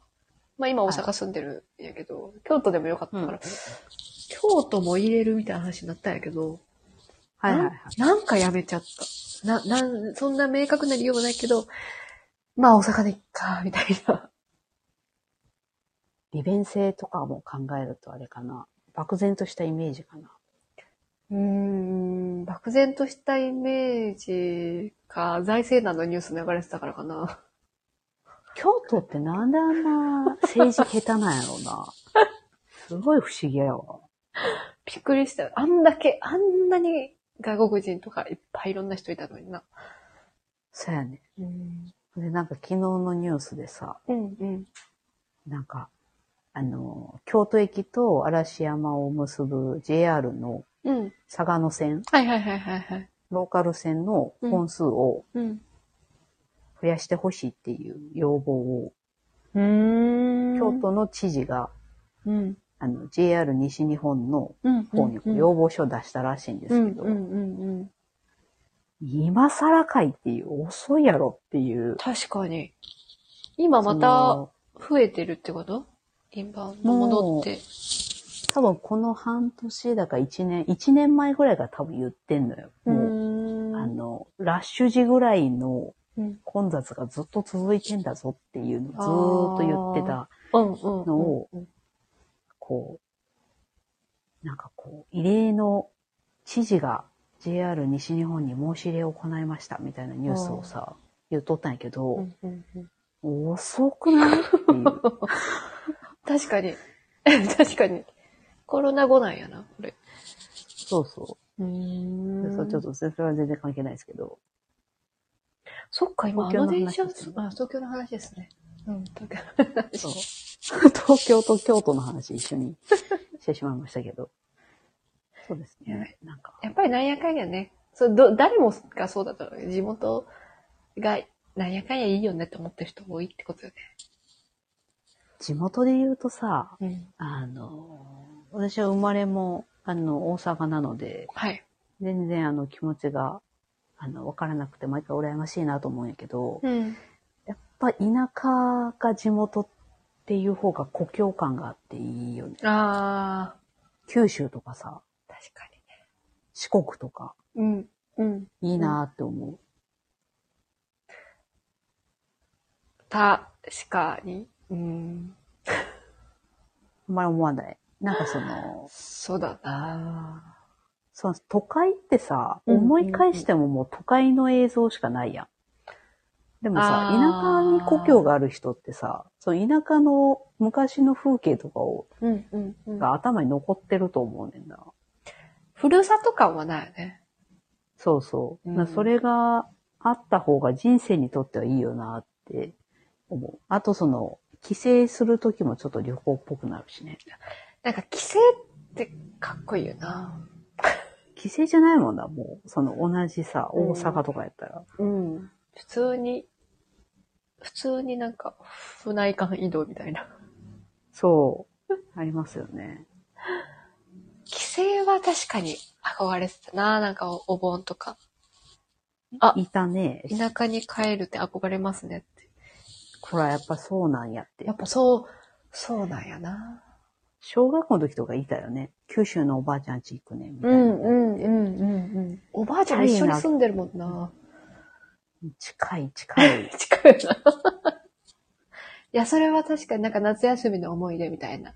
Speaker 1: まあ今大阪住んでるんやけど、京都でもよかったから、京都も入れるみたいな話になったんやけど、
Speaker 2: はいはいはい。
Speaker 1: ななんかやめちゃった。な、なん、そんな明確な理由もないけど、まあ大阪でいっか、みたいな。
Speaker 2: 利便性とかも考えるとあれかな。漠然としたイメージかな。
Speaker 1: うーん、漠然としたイメージか、財政難のニュース流れてたからかな。
Speaker 2: 京都ってなんであんな政治下手なんやろう な。すごい不思議やわ。
Speaker 1: びっくりした。あんだけ、あんなに外国人とかいっぱいいろんな人いたのにな。
Speaker 2: そうやね。
Speaker 1: うん。
Speaker 2: で、なんか昨日のニュースでさ、
Speaker 1: うんうん。
Speaker 2: なんか、あの、京都駅と嵐山を結ぶ JR の
Speaker 1: うん。
Speaker 2: 嵯峨野線、
Speaker 1: はいはいはいはいはい。
Speaker 2: ローカル線の本数を
Speaker 1: うん。
Speaker 2: 増やしてほしいっていう要望を、
Speaker 1: うーん
Speaker 2: 京都の知事が、
Speaker 1: うん。
Speaker 2: あの、JR 西日本の
Speaker 1: うん。
Speaker 2: 方に要望書を出したらしいんで
Speaker 1: うん
Speaker 2: す
Speaker 1: う
Speaker 2: け
Speaker 1: ん
Speaker 2: ど、
Speaker 1: うんうん。
Speaker 2: 今更かいっていう、遅いやろっていう。
Speaker 1: 確かに。今ま
Speaker 2: そ
Speaker 1: た
Speaker 2: の
Speaker 1: 増えてるってことインバウンド戻って。
Speaker 2: 多分この半年だから1年、1年前ぐらいから多分言ってんのよ。もう、
Speaker 1: ーん
Speaker 2: あの、ラッシュ時ぐらいの
Speaker 1: うん
Speaker 2: 混雑がずっと続いてんだぞっていうのをずーっと言ってた、
Speaker 1: うんうんうん。
Speaker 2: のをこう、なんかこう、異例の知事が JR 西日本に申し入れを行いましたみたいなニュースをさ、言うとったんやけど、
Speaker 1: うんうんうん
Speaker 2: 遅くない っていう。
Speaker 1: 確かに。 確かに。コロナ後なんやな、これ。
Speaker 2: そうそう。で
Speaker 1: う
Speaker 2: それちょっと、それは全然関係ないですけど。
Speaker 1: そっか、今、あ
Speaker 2: 東
Speaker 1: の
Speaker 2: 京の
Speaker 1: 電車、
Speaker 2: 話ですね
Speaker 1: あ、東京の話ですね。うん、東京の話。
Speaker 2: そう。 東京と京都の話一緒にしてしまいましたけど。そうです
Speaker 1: やば
Speaker 2: ね
Speaker 1: い。
Speaker 2: なんか、
Speaker 1: やっぱりなんやかんやね。そうど誰もがそうだと思うよ。地元がなんやかんやいいよねって思ってる人多いってことよ
Speaker 2: 地元で言うとさ、
Speaker 1: ね。うん。
Speaker 2: あの、私は生まれも、あの、大阪なので、
Speaker 1: はい。
Speaker 2: 全然あの気持ちが、あの、わからなくて毎回羨ましいなと思うんやけど、
Speaker 1: うん。
Speaker 2: やっぱ田舎が地元っていう方が故郷感があっていいよね。
Speaker 1: あ
Speaker 2: 九州とかさ、
Speaker 1: ー、確か
Speaker 2: 四国とか、
Speaker 1: にね。うん。うん。
Speaker 2: いいなーって思う。
Speaker 1: 確かに。うん。
Speaker 2: あんまり思わない。なんかその、
Speaker 1: そうだな
Speaker 2: その都会ってさ、
Speaker 1: うんうんうん
Speaker 2: 思い返してももう都会の映像しかないやん。でもさ、
Speaker 1: あ
Speaker 2: 田舎
Speaker 1: ー
Speaker 2: に故郷がある人ってさ、その田舎の昔の風景とかを、
Speaker 1: うんうんうん。
Speaker 2: が頭に残ってると思うねんな。
Speaker 1: ふるさと感はないよね。
Speaker 2: そうそう。
Speaker 1: うん
Speaker 2: だからそれがあった方が人生にとってはいいよなって思う。あとその、帰省する時もちょっと旅行っぽくなるしね。
Speaker 1: なんか、帰省ってかっこいいよな
Speaker 2: 帰省じゃないもんだ、もう。その同じさ、大阪とかやったら。
Speaker 1: うん。普通に、普通になんか、府内間移動みたいな。
Speaker 2: そう。ありますよね。
Speaker 1: 帰省は確かに憧れてたな。なんかおお盆とか。あ
Speaker 2: いたね。
Speaker 1: 田舎に帰るって憧れますねって。
Speaker 2: ほら、やっぱそうなんやって
Speaker 1: や。っぱそう、そうなんやな。
Speaker 2: 小学校の時とかいたよね。九州のおばあちゃん家行くね。みたいな。
Speaker 1: んうんうんうん。おばあちゃんも一緒に住んでるもんな。
Speaker 2: 近い近 い。
Speaker 1: 近いな。いや、それは確かになんか夏休みの思い出みたいな。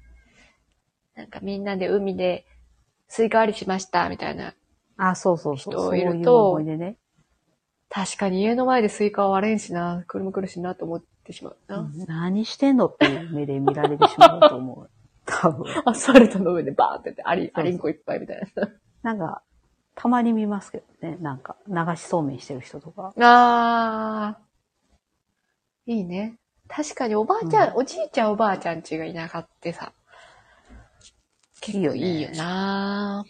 Speaker 1: なんかみんなで海でスイカ割りしましたみたいな。
Speaker 2: あ、そうそうそう。
Speaker 1: 人
Speaker 2: そう
Speaker 1: い
Speaker 2: い
Speaker 1: る
Speaker 2: う
Speaker 1: と
Speaker 2: 思い出ね。
Speaker 1: 確かに家の前でスイカは割れんしな、車来るしなと思ってしまうな。
Speaker 2: うん何してんのっていう目で見られてしまうと思う。多分。
Speaker 1: アスファルトの上でバーってやって、アリ、
Speaker 2: そう
Speaker 1: アリンコいっぱいみたいな。
Speaker 2: なんか、たまに見ますけどね。なんか、流しそうめんしてる人とか。
Speaker 1: あー。いいね。確かにおばあちゃん、
Speaker 2: う
Speaker 1: おじいちゃんおばあちゃんちがいなかってさ。
Speaker 2: いいよね
Speaker 1: いいよな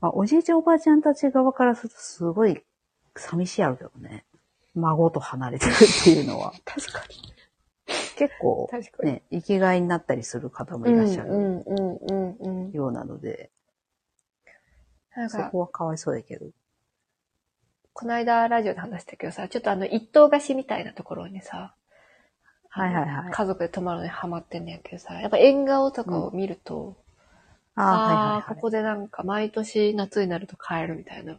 Speaker 2: まあ、おじいちゃんおばあちゃんたち側からするとすごい寂しいやろうけどね。孫と離れてるっていう のは。
Speaker 1: 確かに。
Speaker 2: 結構、
Speaker 1: 確かに。
Speaker 2: ね、生きがいになったりする方も
Speaker 1: う
Speaker 2: い
Speaker 1: ん
Speaker 2: らっしゃ
Speaker 1: う
Speaker 2: る
Speaker 1: んうんうんうん。
Speaker 2: ようなので、
Speaker 1: なん
Speaker 2: そ
Speaker 1: か、
Speaker 2: こはかわいそうだけど。
Speaker 1: この間ラジオで話したけどさ、ちょっとあの、一棟貸しみたいなところにさ、
Speaker 2: はいはいはい
Speaker 1: 家族で泊まるのにハマってんねやけどさ、やっぱ縁側とかを見ると、
Speaker 2: あ
Speaker 1: ああ、
Speaker 2: あー、はいはいは
Speaker 1: こ
Speaker 2: い。
Speaker 1: こでなんか毎年夏になると帰るみたいな。なん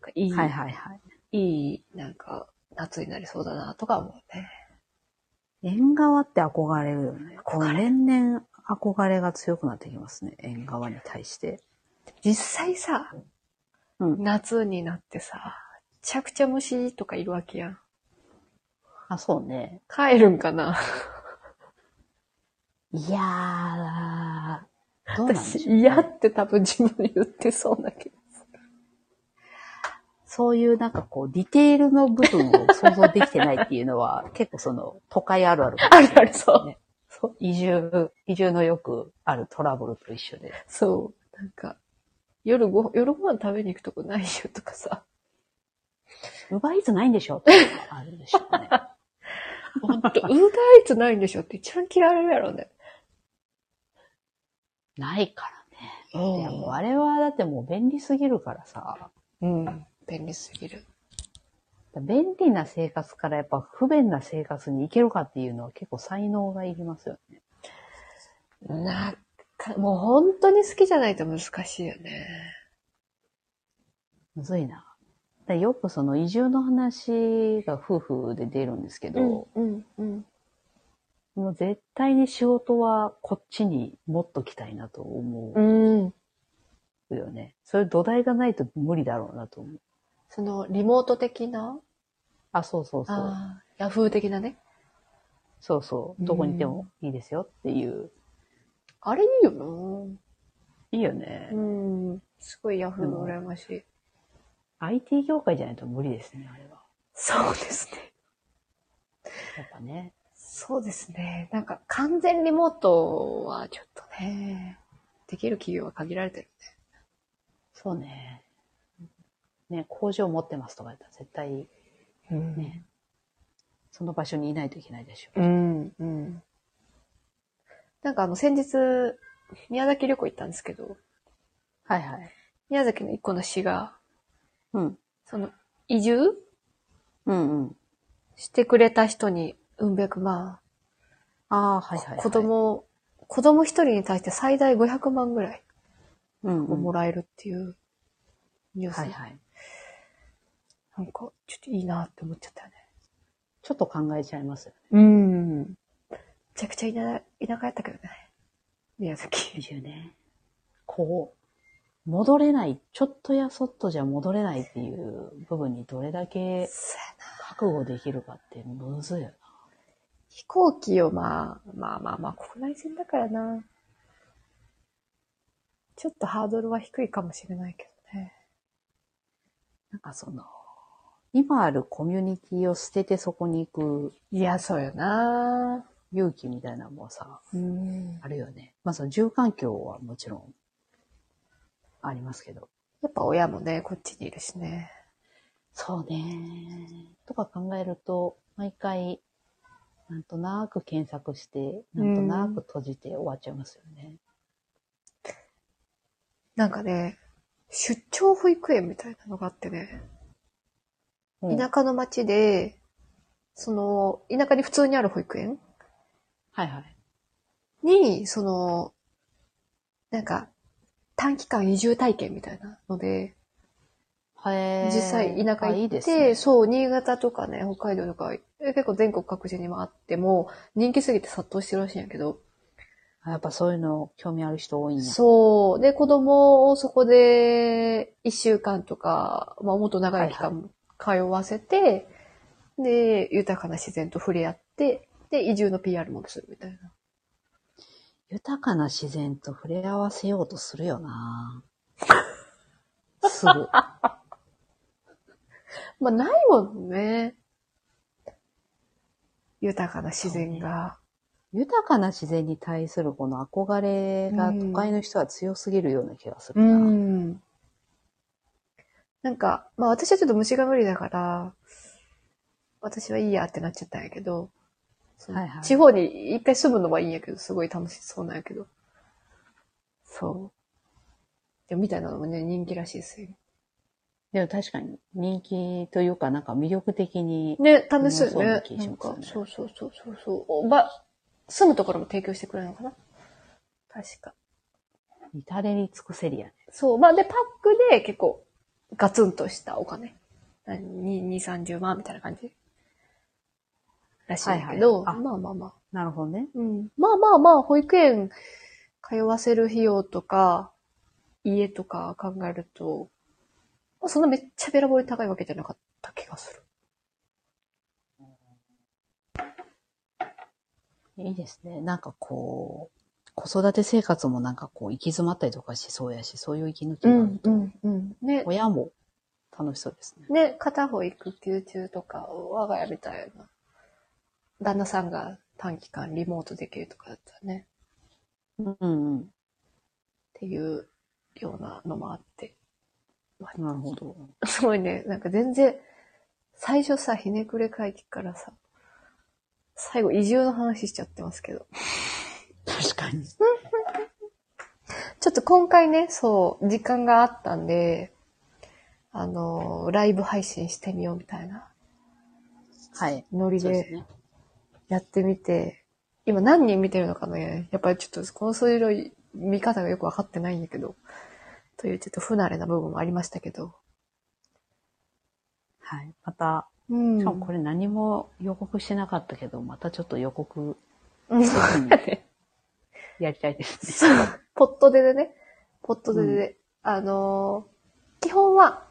Speaker 1: かいい、
Speaker 2: はいはいはい。
Speaker 1: い、いなんか夏になりそうだなとか思うね。
Speaker 2: 縁側って憧れるよね。こ
Speaker 1: 憧
Speaker 2: う
Speaker 1: れ
Speaker 2: 年々憧れが強くなってきますね。縁側に対して。
Speaker 1: 実際さ、
Speaker 2: うん
Speaker 1: 夏になってさ、めちゃくちゃ虫とかいるわけやん。
Speaker 2: あ、そうね。
Speaker 1: 帰るんかない
Speaker 2: やー、どうなんで
Speaker 1: 私
Speaker 2: しょうね
Speaker 1: 嫌って多分自分で言ってそうだけど。
Speaker 2: そういうなんかこう、ディテールの部分を想像できてないっていうのは、結構その、都会あるある。
Speaker 1: あるある、そう。
Speaker 2: ね
Speaker 1: そう。
Speaker 2: 移住、移住のよくあるトラブルと一緒で。
Speaker 1: そう。なんか、夜ご、夜ご飯食べに行くとこないよとかさ。
Speaker 2: ウーバーイーツないんでしょっていうのがあるでしょうね。
Speaker 1: ほんと、ウーバーイーツないんでしょって一番嫌われるやろね。
Speaker 2: ないから
Speaker 1: う
Speaker 2: ね。いや、もうあれはだってもう便利すぎるからさ。
Speaker 1: うん。便利すぎる。
Speaker 2: 便利な生活からやっぱ不便な生活に行けるかっていうのは結構才能がいりますよね。
Speaker 1: なか、もう本当に好きじゃないと難しいよね。
Speaker 2: むずいな。でよくその移住の話が夫婦で出るんですけど、
Speaker 1: うん、うん。
Speaker 2: もう絶対に仕事はこっちにもっと来たいなと思う。
Speaker 1: うん。
Speaker 2: くよね。そういう土台がないと無理だろうなと思う。
Speaker 1: その、リモート的な、
Speaker 2: あ、そうそうそう。
Speaker 1: ああ、ヤフー的なね。
Speaker 2: そうそう。どこにいてもいいですよっていう。
Speaker 1: あれいいよない
Speaker 2: いよね。
Speaker 1: うん。すごいヤフーの羨ましい。
Speaker 2: IT 業界じゃないと無理ですね、あれは。
Speaker 1: そうですね。
Speaker 2: やっぱね。
Speaker 1: そうですね。なんか完全リモートはちょっとね、できる企業は限られてる。
Speaker 2: そうね。ね、工場持ってますとかだったら絶対
Speaker 1: うん
Speaker 2: ね、その場所にいないといけないでしょ。
Speaker 1: うん、うん。なんかあの先日、宮崎旅行行ったんですけど、
Speaker 2: はいはい。
Speaker 1: 宮崎の一個の市が、
Speaker 2: うん。
Speaker 1: その移住
Speaker 2: うんうん。
Speaker 1: してくれた人に、うん百万、
Speaker 2: ああ、はいはい、はい。
Speaker 1: 子、供、子供一人に対して最大500万ぐらい
Speaker 2: うん、
Speaker 1: を
Speaker 2: うん。
Speaker 1: も
Speaker 2: は
Speaker 1: らえるっていうニュース。
Speaker 2: いはい。
Speaker 1: なんか、ちょっといいなって思っちゃったよね。
Speaker 2: ちょっと考えちゃいますよね。
Speaker 1: うん。めちゃくちゃ田田舎やったけどね。宮崎。
Speaker 2: 移住ね。こう、戻れない、ちょっとやそっとじゃ戻れないっていう部分にどれだけ
Speaker 1: そうやな
Speaker 2: 覚悟できるかってむずいよな。
Speaker 1: 飛行機をまあ、まあまあまあ、国内線だからな。ちょっとハードルは低いかもしれないけどね。
Speaker 2: なんかその、今あるコミュニティを捨ててそこに行く
Speaker 1: いや、そうよな。
Speaker 2: 勇気みたいなのもさ、
Speaker 1: うん。
Speaker 2: あるよね。まあその住環境はもちろんありますけど。
Speaker 1: やっぱ親もね、こっちにいるしね。
Speaker 2: そうね。とか考えると、毎回、なんとなく検索して、なんとなく閉じて終わっちゃいますよね。
Speaker 1: なんかね、出張保育園みたいなのがあってね、
Speaker 2: うん
Speaker 1: 田舎の町で、その、田舎に普通にある保育園
Speaker 2: はいはい。
Speaker 1: に、その、なんか、短期間移住体験みたいなので、
Speaker 2: へー
Speaker 1: 実際田舎
Speaker 2: あい
Speaker 1: 行
Speaker 2: い
Speaker 1: って、
Speaker 2: ですね、
Speaker 1: そう、新潟とかね、北海道とか、え結構全国各地にもあっても、人気すぎて殺到してるらしいんやけど、
Speaker 2: あやっぱそういうの興味ある人多いんや。
Speaker 1: そう、で、子供をそこで、一週間とか、まあ、もっと長い期間通わせて、で、豊かな自然と触れ合って、で、移住の PR もするみたいな。
Speaker 2: 豊かな自然と触れ合わせようとするよ なすぐ。
Speaker 1: まあ、ないもんね。豊かな自然が。
Speaker 2: 豊かな自然に対するこの憧れが都会の人は強すぎるような気がするな。
Speaker 1: うん。なんか、まあ私はちょっと虫が無理だから、私はいいやってなっちゃったんやけど、その
Speaker 2: はいはい
Speaker 1: 地方に一回住むのはいいんやけど、すごい楽しそうなんやけど。そう。でもみたいなのもね、人気らしいですよ。
Speaker 2: でも確かに人気というかなんか魅力的に、
Speaker 1: ね、楽しそうよね。
Speaker 2: うまそうな気し
Speaker 1: なん
Speaker 2: ますよ
Speaker 1: か
Speaker 2: ね、
Speaker 1: そうそうそうそうそうお。ば、住むところも提供してくれるのかな確か。
Speaker 2: 至れり尽くせりやね。
Speaker 1: そう。まあ、で、パックで結構ガツンとしたお金。何に2、30万みたいな感じらしいんだけど、
Speaker 2: はいはいあ
Speaker 1: まあまあまあ。
Speaker 2: なるほどね。
Speaker 1: うん。まあまあまあ、保育園通わせる費用とか、家とか考えると、まあ、そんなめっちゃべらぼうに高いわけじゃなかった気がする。
Speaker 2: いいですね。なんかこう、子育て生活もなんかこう行き詰まったりとかしそうやし、そういう息抜きがあると、
Speaker 1: ん、うん。ね、
Speaker 2: 親も楽しそうですね。
Speaker 1: ね、片方育休中とか、我が家みたいな、旦那さんが短期間リモートできるとかだったらね。
Speaker 2: うんうん。
Speaker 1: っていうようなのもあって。
Speaker 2: なるほど。
Speaker 1: すごいね、なんか全然、最初さ、ひねくれ会議からさ、最後移住の話しちゃってますけど。
Speaker 2: 確かに。
Speaker 1: ちょっと今回ね、そう、時間があったんで、あのー、ライブ配信してみようみたいな
Speaker 2: はい。
Speaker 1: ノリ
Speaker 2: そうです
Speaker 1: で
Speaker 2: ね。
Speaker 1: やってみて、今何人見てるのかね、やっぱりちょっとこの数字の見方がよくわかってないんだけど、というちょっと不慣れな部分もありましたけど。
Speaker 2: はい。また、
Speaker 1: うん。
Speaker 2: しかもこれ何も予告してなかったけど、またちょっと予告
Speaker 1: うん
Speaker 2: せずにやりたいですね。
Speaker 1: ポットででね、ポットでで、あのー基本は、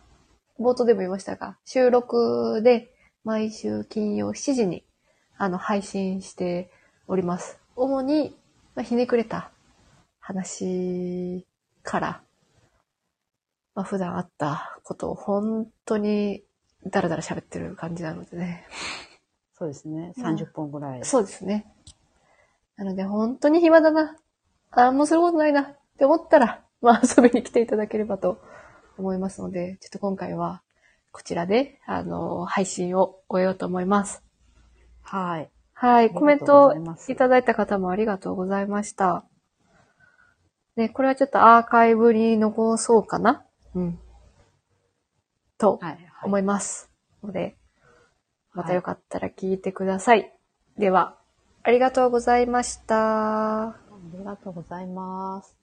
Speaker 1: 冒頭でも言いましたが、収録で毎週金曜7時に、あの、配信しております。主に、まあ、ひねくれた話から、まあ、普段あったことを本当にダラダラ喋ってる感じなのでね。
Speaker 2: そうですね。
Speaker 1: うん
Speaker 2: 30本ぐらい。
Speaker 1: そうですね。なので、本当に暇だな。ああ、もうすることないな。って思ったら、まあ遊びに来ていただければと思いますので、ちょっと今回は、こちらで、あの、配信を終えようと思います。
Speaker 2: はい。
Speaker 1: はい、コメントい
Speaker 2: だ
Speaker 1: ただいた方もありがとうございました。ね、これはちょっとアーカイブに残そうかなうん。と
Speaker 2: はいはい。
Speaker 1: 思います。ので、またよかったら聞いてください。では、ありがとうございました。
Speaker 2: ありがとうございます。